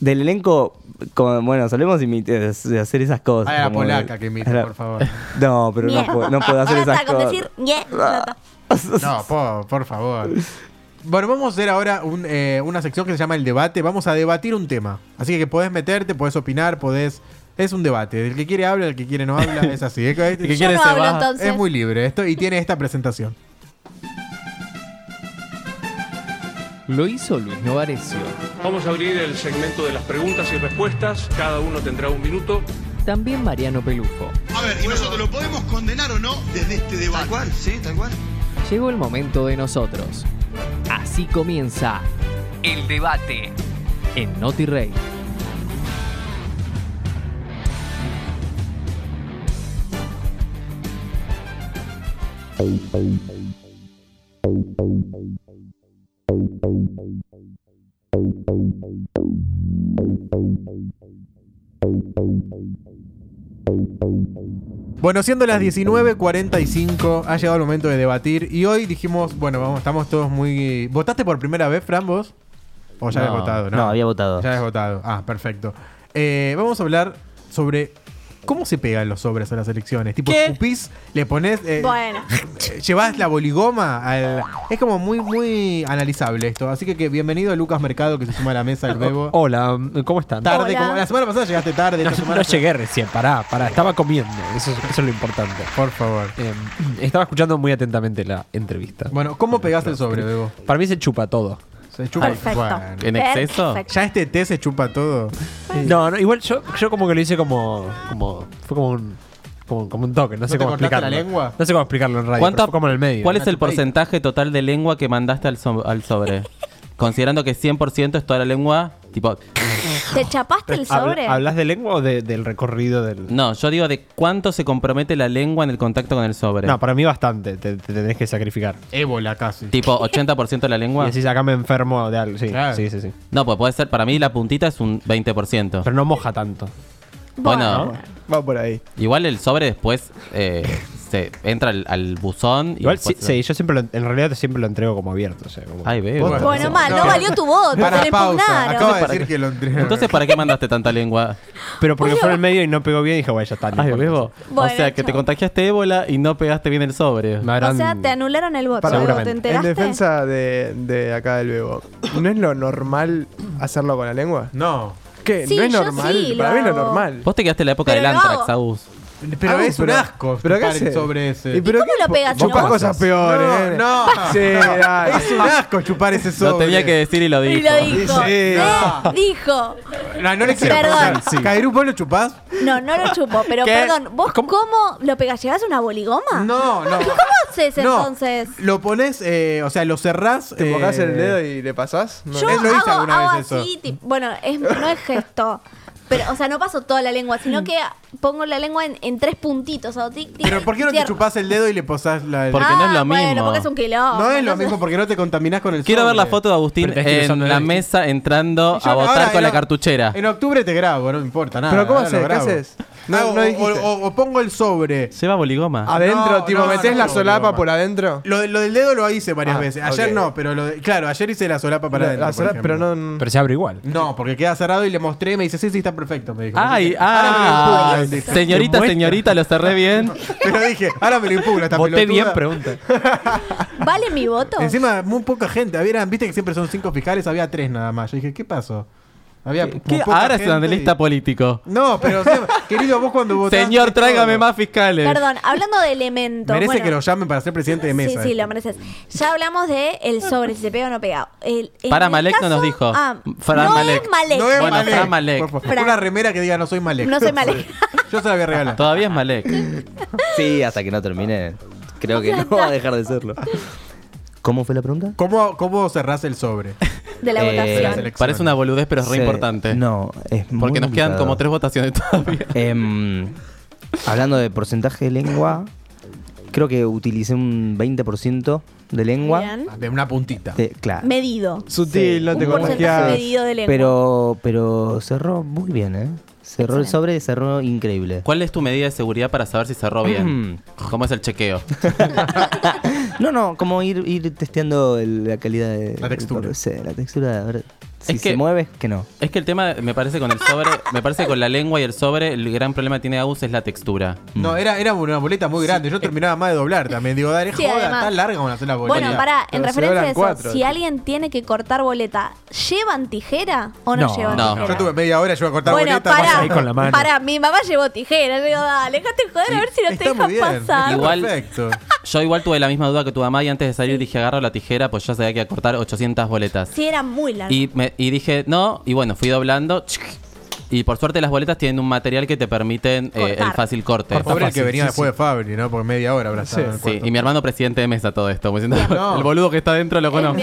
Del elenco, como, bueno, solemos imit- eh, hacer esas cosas. Ah, era como- polaca que imita, Era- por favor. No, pero no Ñe. puedo, no puedo hacer Ahora esas está con cosas. decir ñe, ya está. No, po, por favor. Bueno, vamos a hacer ahora un, eh, una sección que se llama el debate. Vamos a debatir un tema. Así que podés meterte, podés opinar, podés... Es un debate. El que quiere habla, el que quiere no habla. Es así. Es, es- ¿Qué Yo quieres, no hablo Seba? entonces. es muy libre esto y tiene esta presentación. Lo hizo Luis Novarecio. Vamos a abrir el segmento de las preguntas y respuestas. Cada uno tendrá un minuto. También Mariano Pelufo. A ver, y nosotros lo podemos condenar o no desde este debate. Tal cual, sí, tal cual. Llegó el momento de nosotros. Así comienza el debate en Noti Rey. Bueno, siendo las 19.45, ha llegado el momento de debatir. Y hoy dijimos, bueno, vamos, estamos todos muy. ¿Votaste por primera vez, Fran, vos? ¿O ya No, habías votado? No, no, había votado. Ya habías votado. Ah, perfecto. Eh, vamos a hablar sobre cómo se pegan los sobres a las elecciones. Tipo, ¿Qué? escupís, le pones. eh, Bueno, eh, Llevás la boligoma al. Es como muy, muy analizable esto. Así que, que bienvenido a Lucas Mercado que se suma a la mesa del bebo. Hola, ¿cómo están? Tarde, Hola. como la semana pasada llegaste tarde. esta No, semana- no llegué recién, pará, pará, estaba comiendo, eso, es- eso es lo importante. Por favor. Eh, estaba escuchando muy atentamente la entrevista. Bueno, ¿cómo pegaste el sobre, bebo? Para mí se chupa todo. Se chupa Perfecto. Bueno. ¿En exceso? Perfecto. Ya este té se chupa todo. No, no, igual yo, yo como que lo hice como, como fue como un, como, como un toque, no, sé te cómo cortaste explicarlo. la lengua? No sé cómo explicarlo en radio, ¿Cuánta- pero fue como en el medio. ¿Cuál es Una el chupadita. porcentaje total de lengua que mandaste al, so- al sobre? considerando que 100% es toda la lengua, tipo... ¿Te chapaste el sobre? ¿Hablas de lengua o del recorrido del.? No, yo digo de cuánto se compromete la lengua en el contacto con el sobre. No, para mí bastante. Te, te tenés que sacrificar. Ébola casi. Tipo 80% de la Y lengua. decís, acá me enfermo de algo. Sí, sí, sí, sí. No, pues puede ser, para mí la puntita es un 20%. Pero no moja tanto. Bueno, Va por ahí. igual el sobre después eh, se entra al, al buzón. y Igual sí, después- sí, yo siempre lo- en realidad siempre lo entrego como abierto. o sea, como- Ay, bebo. Posta. Bueno, mal, no valió tu voto, te Para lo pausa. impugnaron. Acaba de ¿Para decir qué? que lo entregaron. Entonces, ¿para qué mandaste tanta lengua? Pero porque fue en el medio y no pegó bien, dije, bueno, ya está. Ay, bebo. Bueno, o sea, que te contagiaste ébola y no pegaste bien el sobre. O sea, te anularon el voto. Para, ¿Te en enteraste? defensa de, de acá del bebo, ¿no es lo normal hacerlo con la lengua? No. ¿Qué? Sí, ¿No es yo normal? sí, lo Para mí no es hago. normal. Vos te quedaste en la época Pero del lo hago. Antrax, Agus. Pero Agus, Ah, es un asco pero tocar acá el sobre ese. ¿Y pero cómo qué? lo pegas, Vos no? pa' cosas No, peores. eh. no. Sí, dale. Es un asco chupar ese sobre. Lo tenía que decir y lo dijo. Y lo dijo. Sí. ¿Eh? Dijo. No, no le quiero Perdón. preguntar. Cairú, ¿vos lo chupás? No, no lo chupo, pero ¿Qué? perdón, ¿vos cómo, lo pegás? ¿Llegás a una boligoma? No, no. ¿Y cómo haces No. entonces? Lo pones, eh, o sea, lo cerrás. ¿Te eh, mojás el dedo y le pasás? No. Yo Él lo hizo hago, ah, alguna hago vez eso. así, ti- bueno, es, no es gesto. Pero, o sea, no paso toda la lengua, sino que pongo la lengua en, en tres puntitos. o tic, tic, Pero ¿por qué no te cierro. chupás el dedo y le posás la... Porque no es lo Ah, bueno, mismo. porque es un quilombo, No es lo entonces- mismo porque no te contaminás con el Quiero ver sobre. la foto de Agustín Pero tenés que ir usando en la el- mesa entrando Yo a ahora, votar con la en- cartuchera. En octubre te grabo, no me importa nada. ¿Pero cómo ahora lo haces? ¿Qué grabo. haces? No, Ah, o- no o- dijiste. o, o pongo el sobre. ¿Se va boligoma? Adentro, No, tipo, no, metés no, la no, solapa no. por adentro. Lo, de- lo del dedo lo hice varias Ah, veces. Ayer ok. no, pero lo de- claro, ayer hice la solapa para La- adentro. la por solapa, pero ejemplo. no- Pero se abre igual. No, porque queda cerrado y le mostré y me dice, sí, sí, está perfecto. Me dijo. Ay, Así que, ahora me ay, lo impugna. Ah, señorita, señorita, lo cerré bien. Pero dije, ahora me lo impugna esta Voté pelotuda. bien, pregunta. ¿Vale mi voto? Encima, muy poca gente. Había, viste que siempre son cinco fiscales, había tres nada más. Yo dije, ¿qué pasó? Había como ¿Qué? poca Ahora es un gente y- analista político. No, pero o sea, querido, vos cuando votaste... Señor, tráigame más fiscales. Perdón, hablando de elementos. Merece bueno, que lo llamen para ser presidente de mesa. eh. Sí, sí, lo mereces. Ya hablamos de el sobre, si se pega o no pega. El, en Para el Malek no caso- nos dijo. Ah, Fran no Malek. es Malek. No es Bueno, Malek. Fran Malek. Por favor, Fran. Una remera que diga no soy Malek. No soy Malek. Yo se la voy a regalar. Todavía es Malek. Sí, hasta que no termine. Creo que no va a dejar de serlo. ¿Cómo fue la pregunta? ¿Cómo, cómo cerrás el sobre? De la Eh, votación. las elecciones. Parece una boludez, pero es re Sí. importante. No, es Porque nos quedan como tres votaciones todavía. Em, hablando de porcentaje de lengua, creo que utilicé un 20% de lengua. Bien. Ah, De una puntita. De- claro. Medido. Sutil, no te Un porcentaje contagiás. medido de lengua. Pero, pero cerró muy bien, ¿eh? Cerró el sobre y cerró increíble. ¿Cuál es tu medida de seguridad para saber si cerró bien? ¿Cómo es el chequeo? No, no, como ir, ir testeando el- la calidad de. La textura. sí, la textura, a ver. Si Es se que- mueve, que no. Es que el tema, me parece con el sobre, me parece con la lengua y el sobre, el gran problema que tiene Agus es la textura. No, era, era una boleta muy grande. Yo terminaba más de doblar también. Digo, dale, Sí, joda, además. tan larga van a hacer la boleta. Bueno, para, en referencia a eso, si alguien tiene que cortar boleta, ¿llevan tijera o no, llevan Yo tijera? tuve media hora, yo iba a cortar Bueno, boleta. pará, ahí pará, mi mamá llevó tijera. Yo digo, dale, dejate de joder a ver si no te Está muy dejan bien. pasar. Igual- Perfecto. Yo igual tuve la misma duda que tu mamá y antes de salir dije agarro la tijera, pues yo sabía que iba a cortar 800 boletas. Sí, era muy largo. Y, me- y dije, no, y bueno, fui doblando. Y por suerte las boletas tienen un material que te permiten eh, el Cortar. fácil corte. Pobre el que venía después de Fabri, ¿no? Porque media hora habrá estado en el Sí, cuarto. y mi hermano presidente de mesa todo esto. como diciendo, No. El boludo que está adentro lo conozco.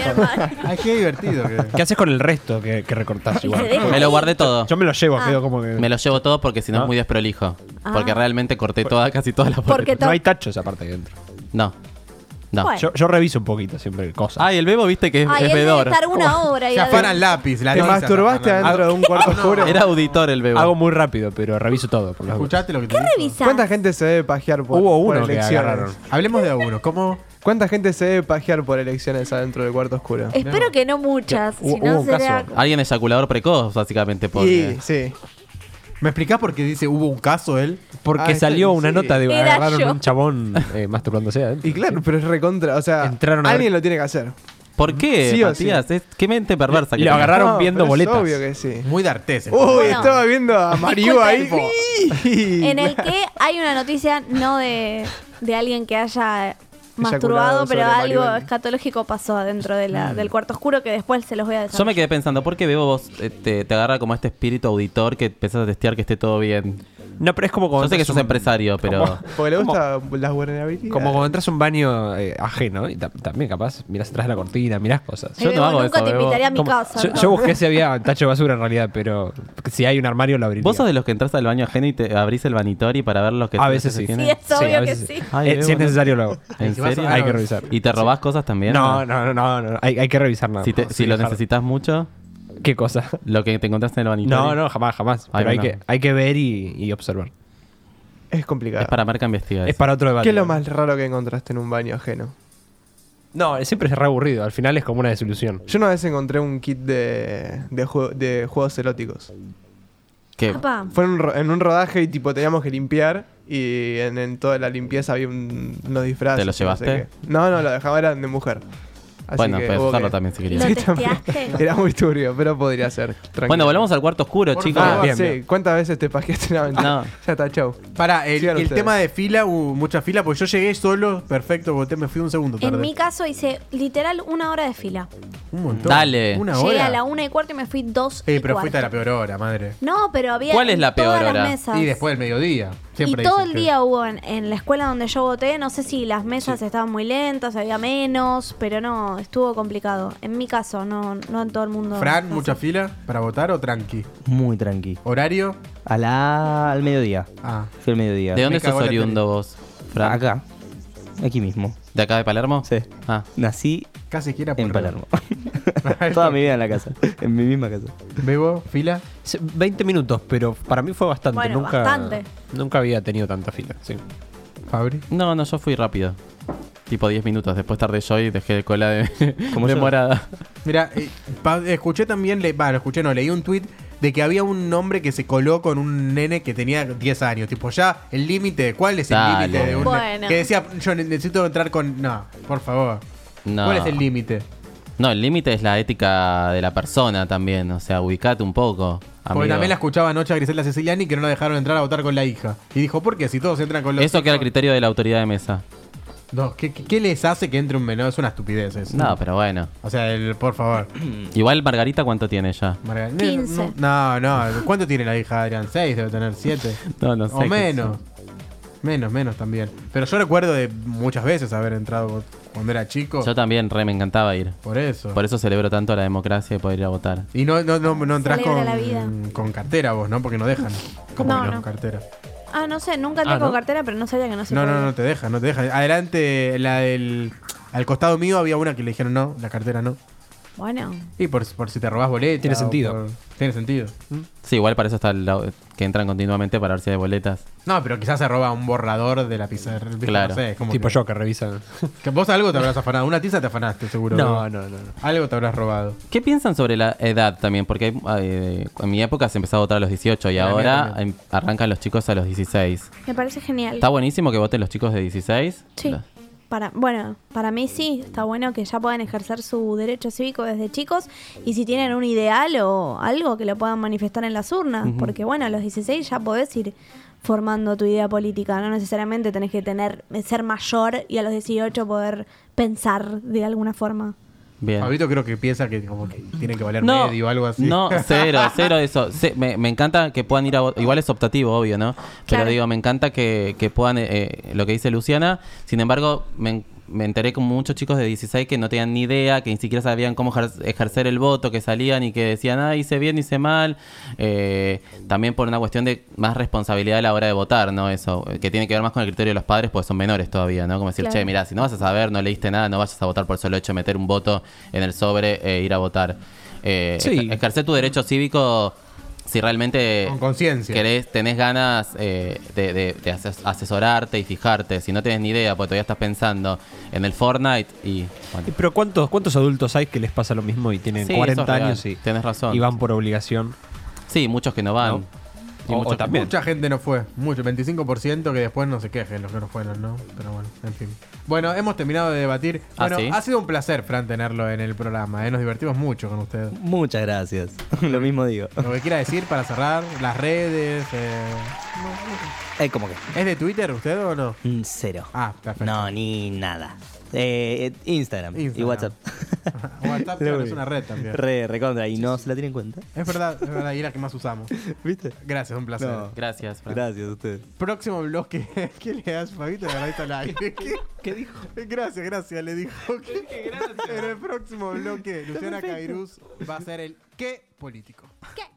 Ay, qué divertido. que- ¿Qué haces con el resto que, que recortás igual? se deja Me lo guardé todo. Yo me lo llevo, quedo como que. Me lo llevo todo porque si no es muy desprolijo. Ah. Porque realmente corté toda, casi todas las Porque boletas. to- No hay tachos aparte dentro. No. No. Bueno. Yo, yo reviso un poquito siempre cosas. Ay, Ah, el bebo viste Ah, que es, Ay, es él debe vedor. estar una hora. y Se adentro. afanan lápiz. La Te tiza, masturbaste afanan Ah, adentro de lápiz. un cuarto oscuro. Era auditor el bebo. Hago muy rápido, pero reviso todo. Por las ¿Escuchaste lo que te ¿Qué revisás? ¿Cuánta gente se debe pajear por, Hubo por uno que elecciones? agarraron. Hablemos de a uno. ¿Cómo? ¿Cuánta gente se debe pajear por elecciones adentro del cuarto oscuro? Espero que no muchas. Hubo- Si no, hubo un será. caso. Alguien eyaculador precoz, básicamente. Porque... Y, sí. ¿Me explicás por qué dice hubo un caso él? Porque Ah, salió sí, una sí. nota de Era agarraron yo. un chabón eh, masturbándose adentro. Y claro, pero es recontra. O sea, Entraron a ver- alguien lo tiene que hacer. ¿Por qué, Sí o Matías? Es- Qué mente perversa que Lo tenés. agarraron No, viendo pero es boletas. obvio que sí. Muy de artes. Uy, Bueno. estaba viendo a Mario ahí. En el que hay una noticia, no de, de alguien que haya masturbado, Eyaculado pero sobre algo marihuana. escatológico pasó adentro de Mm. la, del cuarto oscuro que después se los voy a Yo decir. me quedé pensando, ¿por qué Bebo vos eh, te, te agarra como este espíritu auditor que empezás a testear que esté todo bien? No, pero es como cuando. Yo sé que entras sos un- empresario, pero. como- Porque le gusta las vulnerabilidades. Como cuando entras a un baño eh, ajeno, y ta- también capaz mirás atrás de la cortina, mirás cosas. Yo no Bebo, hago nunca eso, te Bebo. invitaría a mi Como- casa, Yo, ¿no? yo busqué si había tacho de basura en realidad, pero si hay un armario lo abriría. ¿Vos sos de los que entras al baño ajeno y te abrís el vanitori para ver los que A veces sí. tienen? Sí, es obvio Sí, a que veces sí. sí. Eh, si es necesario, lo hago. ¿En Si vas a- serio? Hay que revisar. ¿Y te robás cosas también? No, no, no, no, no, Hay, hay que revisar nada. Si, te- más. si lo dejar- necesitas mucho. ¿Qué cosa? Lo que te encontraste en el vanitori. No, no, jamás, jamás. Ay, pero hay, bueno. que, hay que ver y, y observar. Es complicado. Es para marca investigar. Es para otro debate. ¿Qué es lo más raro que encontraste en un baño ajeno? No, siempre es re aburrido. Al final es como una desilusión. Yo una vez encontré un kit de, de, jue- de juegos eróticos. Eh, ¿Qué? Apa. Fue en un, ro- en un rodaje y tipo teníamos que limpiar y en, en toda la limpieza había un, unos disfraces. ¿Te lo no sé llevaste? qué. No, no, lo dejaba, eran de mujer. Así Bueno, que puedes hubo usarlo que- también si querías. Sí, ¿Lo también. testeaste? Era muy turbio, pero podría ser. tranquilo. Bueno, volvamos al cuarto oscuro, Por chicos. favor, Bien, sí, bien. ¿cuántas veces te pajeaste una ventana? No. Ya está, chau. Para, Ah, el, Sigan el ustedes. tema de fila, hubo mucha fila, porque yo llegué solo, perfecto, voté, me fui un segundo tarde. En mi caso hice literal una hora de fila. Un montón. Dale. Una Llegué hora. a la una y cuarto y me fui dos Eh, y pero cuarto. fuiste a la peor hora, madre. No, pero había ¿Cuál es en la todas peor las hora? mesas. Y después del mediodía. Siempre y todo dicen el que- día hubo en, en la escuela donde yo voté, no sé si las mesas estaban muy lentas, había menos, pero no, estuvo complicado. En mi caso, no, no en todo el mundo. Fran, mucha fila para votar o tranqui. Muy tranqui. Horario. A la, al mediodía. Ah. Fui al mediodía. ¿De dónde sos oriundo vos, Fran? Acá. Aquí mismo. ¿De acá de Palermo? Sí. Ah. Nací Casi que era en por- Palermo. Toda mi vida en la casa. En mi misma casa. Bebo, fila. 20 minutos, pero para mí fue bastante. Bueno, nunca, bastante. Nunca había tenido tanta fila. Sí. Fabri. No, no, yo fui rápido. Tipo 10 minutos. Después tardé yo y dejé cola de, Como de yo. morada. Mira, eh, pa- escuché también, le, bah, lo escuché, no, leí un tweet de que había un hombre que se coló con un nene que tenía 10 años. Tipo, ya el límite, ¿cuál es el Dale. límite de un ne- Bueno. Que decía, yo ne- necesito entrar con. No, por favor. No. ¿Cuál es el límite? No, el límite es la ética de la persona también. O sea, ubicate un poco. Porque amigo. también la escuchaba anoche a Griselda Ceciliani que no la dejaron entrar a votar con la hija. Y dijo, ¿por qué? Si todos entran con los. Eso queda a criterio de la autoridad de mesa. No, ¿qué, qué- qué les hace que entre un menor? Es una estupidez eso. No, pero bueno. O sea, el- por favor. Igual Margarita, ¿cuánto tiene ya? Marga- no, 15. No, no. ¿Cuánto tiene la hija de Adrián? ¿Seis? Debe tener siete. No, no sé O qué menos. Menos, menos también. Pero yo recuerdo de muchas veces haber entrado cuando era chico. Yo también, re, me encantaba ir. Por eso. Por eso celebro tanto la democracia y poder ir a votar. Y no, no, no, no entras Celebra la vida. con, con cartera vos, ¿no? Porque no dejan. ¿Cómo No, que no, no. cartera? Ah, no sé, nunca Ah, tengo ¿no? cartera, pero no sabía que no se No, no, podía. no te dejan, no te dejan. Adelante, la del. Al costado mío había una que le dijeron no, la cartera no. Bueno, Y por, por si te robás boletas. Ah, Tiene o sentido. por- tiene sentido. Sí, igual para eso está el au- que entran continuamente para ver si hay boletas. No, pero quizás se roba un borrador de la pizarra. ¿viste? Claro. No sé, es como Tipo que- yo que revisa. que vos algo te habrás afanado. Una tiza te afanaste, seguro. No, no, no. no. Algo te habrás robado. ¿Qué piensan sobre la edad también? Porque hay- hay- en mi época se empezó a votar a los 18 y la mía ahora em- arrancan los chicos a los 16. me parece genial. Está buenísimo que voten los chicos de 16. Sí. La- Para, bueno, para mí sí, está bueno que ya puedan ejercer su derecho cívico desde chicos y si tienen un ideal o algo que lo puedan manifestar en las urnas, Ujú. porque bueno, a los 16 ya podés ir formando tu idea política, no necesariamente tenés que tener ser mayor y a los 18 poder pensar de alguna forma. Bien. Fabito creo que piensa que como que tiene que valer No, medio o algo así. no, cero, cero eso. Sí, me, me encanta que puedan ir a votar. Igual es optativo, obvio, ¿no? Pero Claro. digo, me encanta que, que puedan, eh, eh, lo que dice Luciana. Sin embargo, me, en- me enteré con muchos chicos de 16 que no tenían ni idea, que ni siquiera sabían cómo ejer- ejercer el voto, que salían y que decían, ah, hice bien, hice mal. Eh, también por una cuestión de más responsabilidad a la hora de votar, ¿no? Eso, eh, que tiene que ver más con el criterio de los padres, pues son menores todavía, ¿no? Como decir, Claro. che, mirá, si no vas a saber, no leíste nada, no vayas a votar por solo hecho de meter un voto en el sobre e ir a votar. Eh, Sí. ejer- ejercer tu derecho cívico si realmente Con conciencia. querés, tenés ganas eh, de, de- de ases- asesorarte y fijarte. Si no tenés ni idea, porque todavía estás pensando en el Fortnite y. bueno. Y Pero ¿cuántos, ¿cuántos adultos hay que les pasa lo mismo y tienen Sí, eso 40 es real. años y, Tenés razón. y van por obligación? Sí, muchos que no van. Y O- muchos o también. Mucha gente no fue, mucho, 25% que después no se quejen los que no fueron, ¿no? Pero bueno, en fin. Bueno, hemos terminado de debatir. Ah, Bueno, ¿sí? ha sido un placer, Fran, tenerlo en el programa. ¿eh? Nos divertimos mucho con usted. Muchas gracias. Lo mismo digo. Lo que quiera decir para cerrar, las redes. eh, Eh, ¿Cómo que? Mm, ¿Es de Twitter usted o no? Cero. Ah, perfecto. No, ni nada. Eh, eh, Instagram, y Instagram. WhatsApp. WhatsApp claro, es una red también. Re, recontra. Y no se la tienen en cuenta. Es verdad, es verdad, y es la que más usamos. ¿Viste? Gracias, un placer. No. Gracias, Fran. Gracias a ustedes. Próximo bloque. ¿Qué le das, Fabito? Ahí está la- ¿Qué, dijo? Gracias, gracias, le dijo. En el próximo bloque, Luciana perfecto. Cairuz va a ser el qué político. ¿Qué?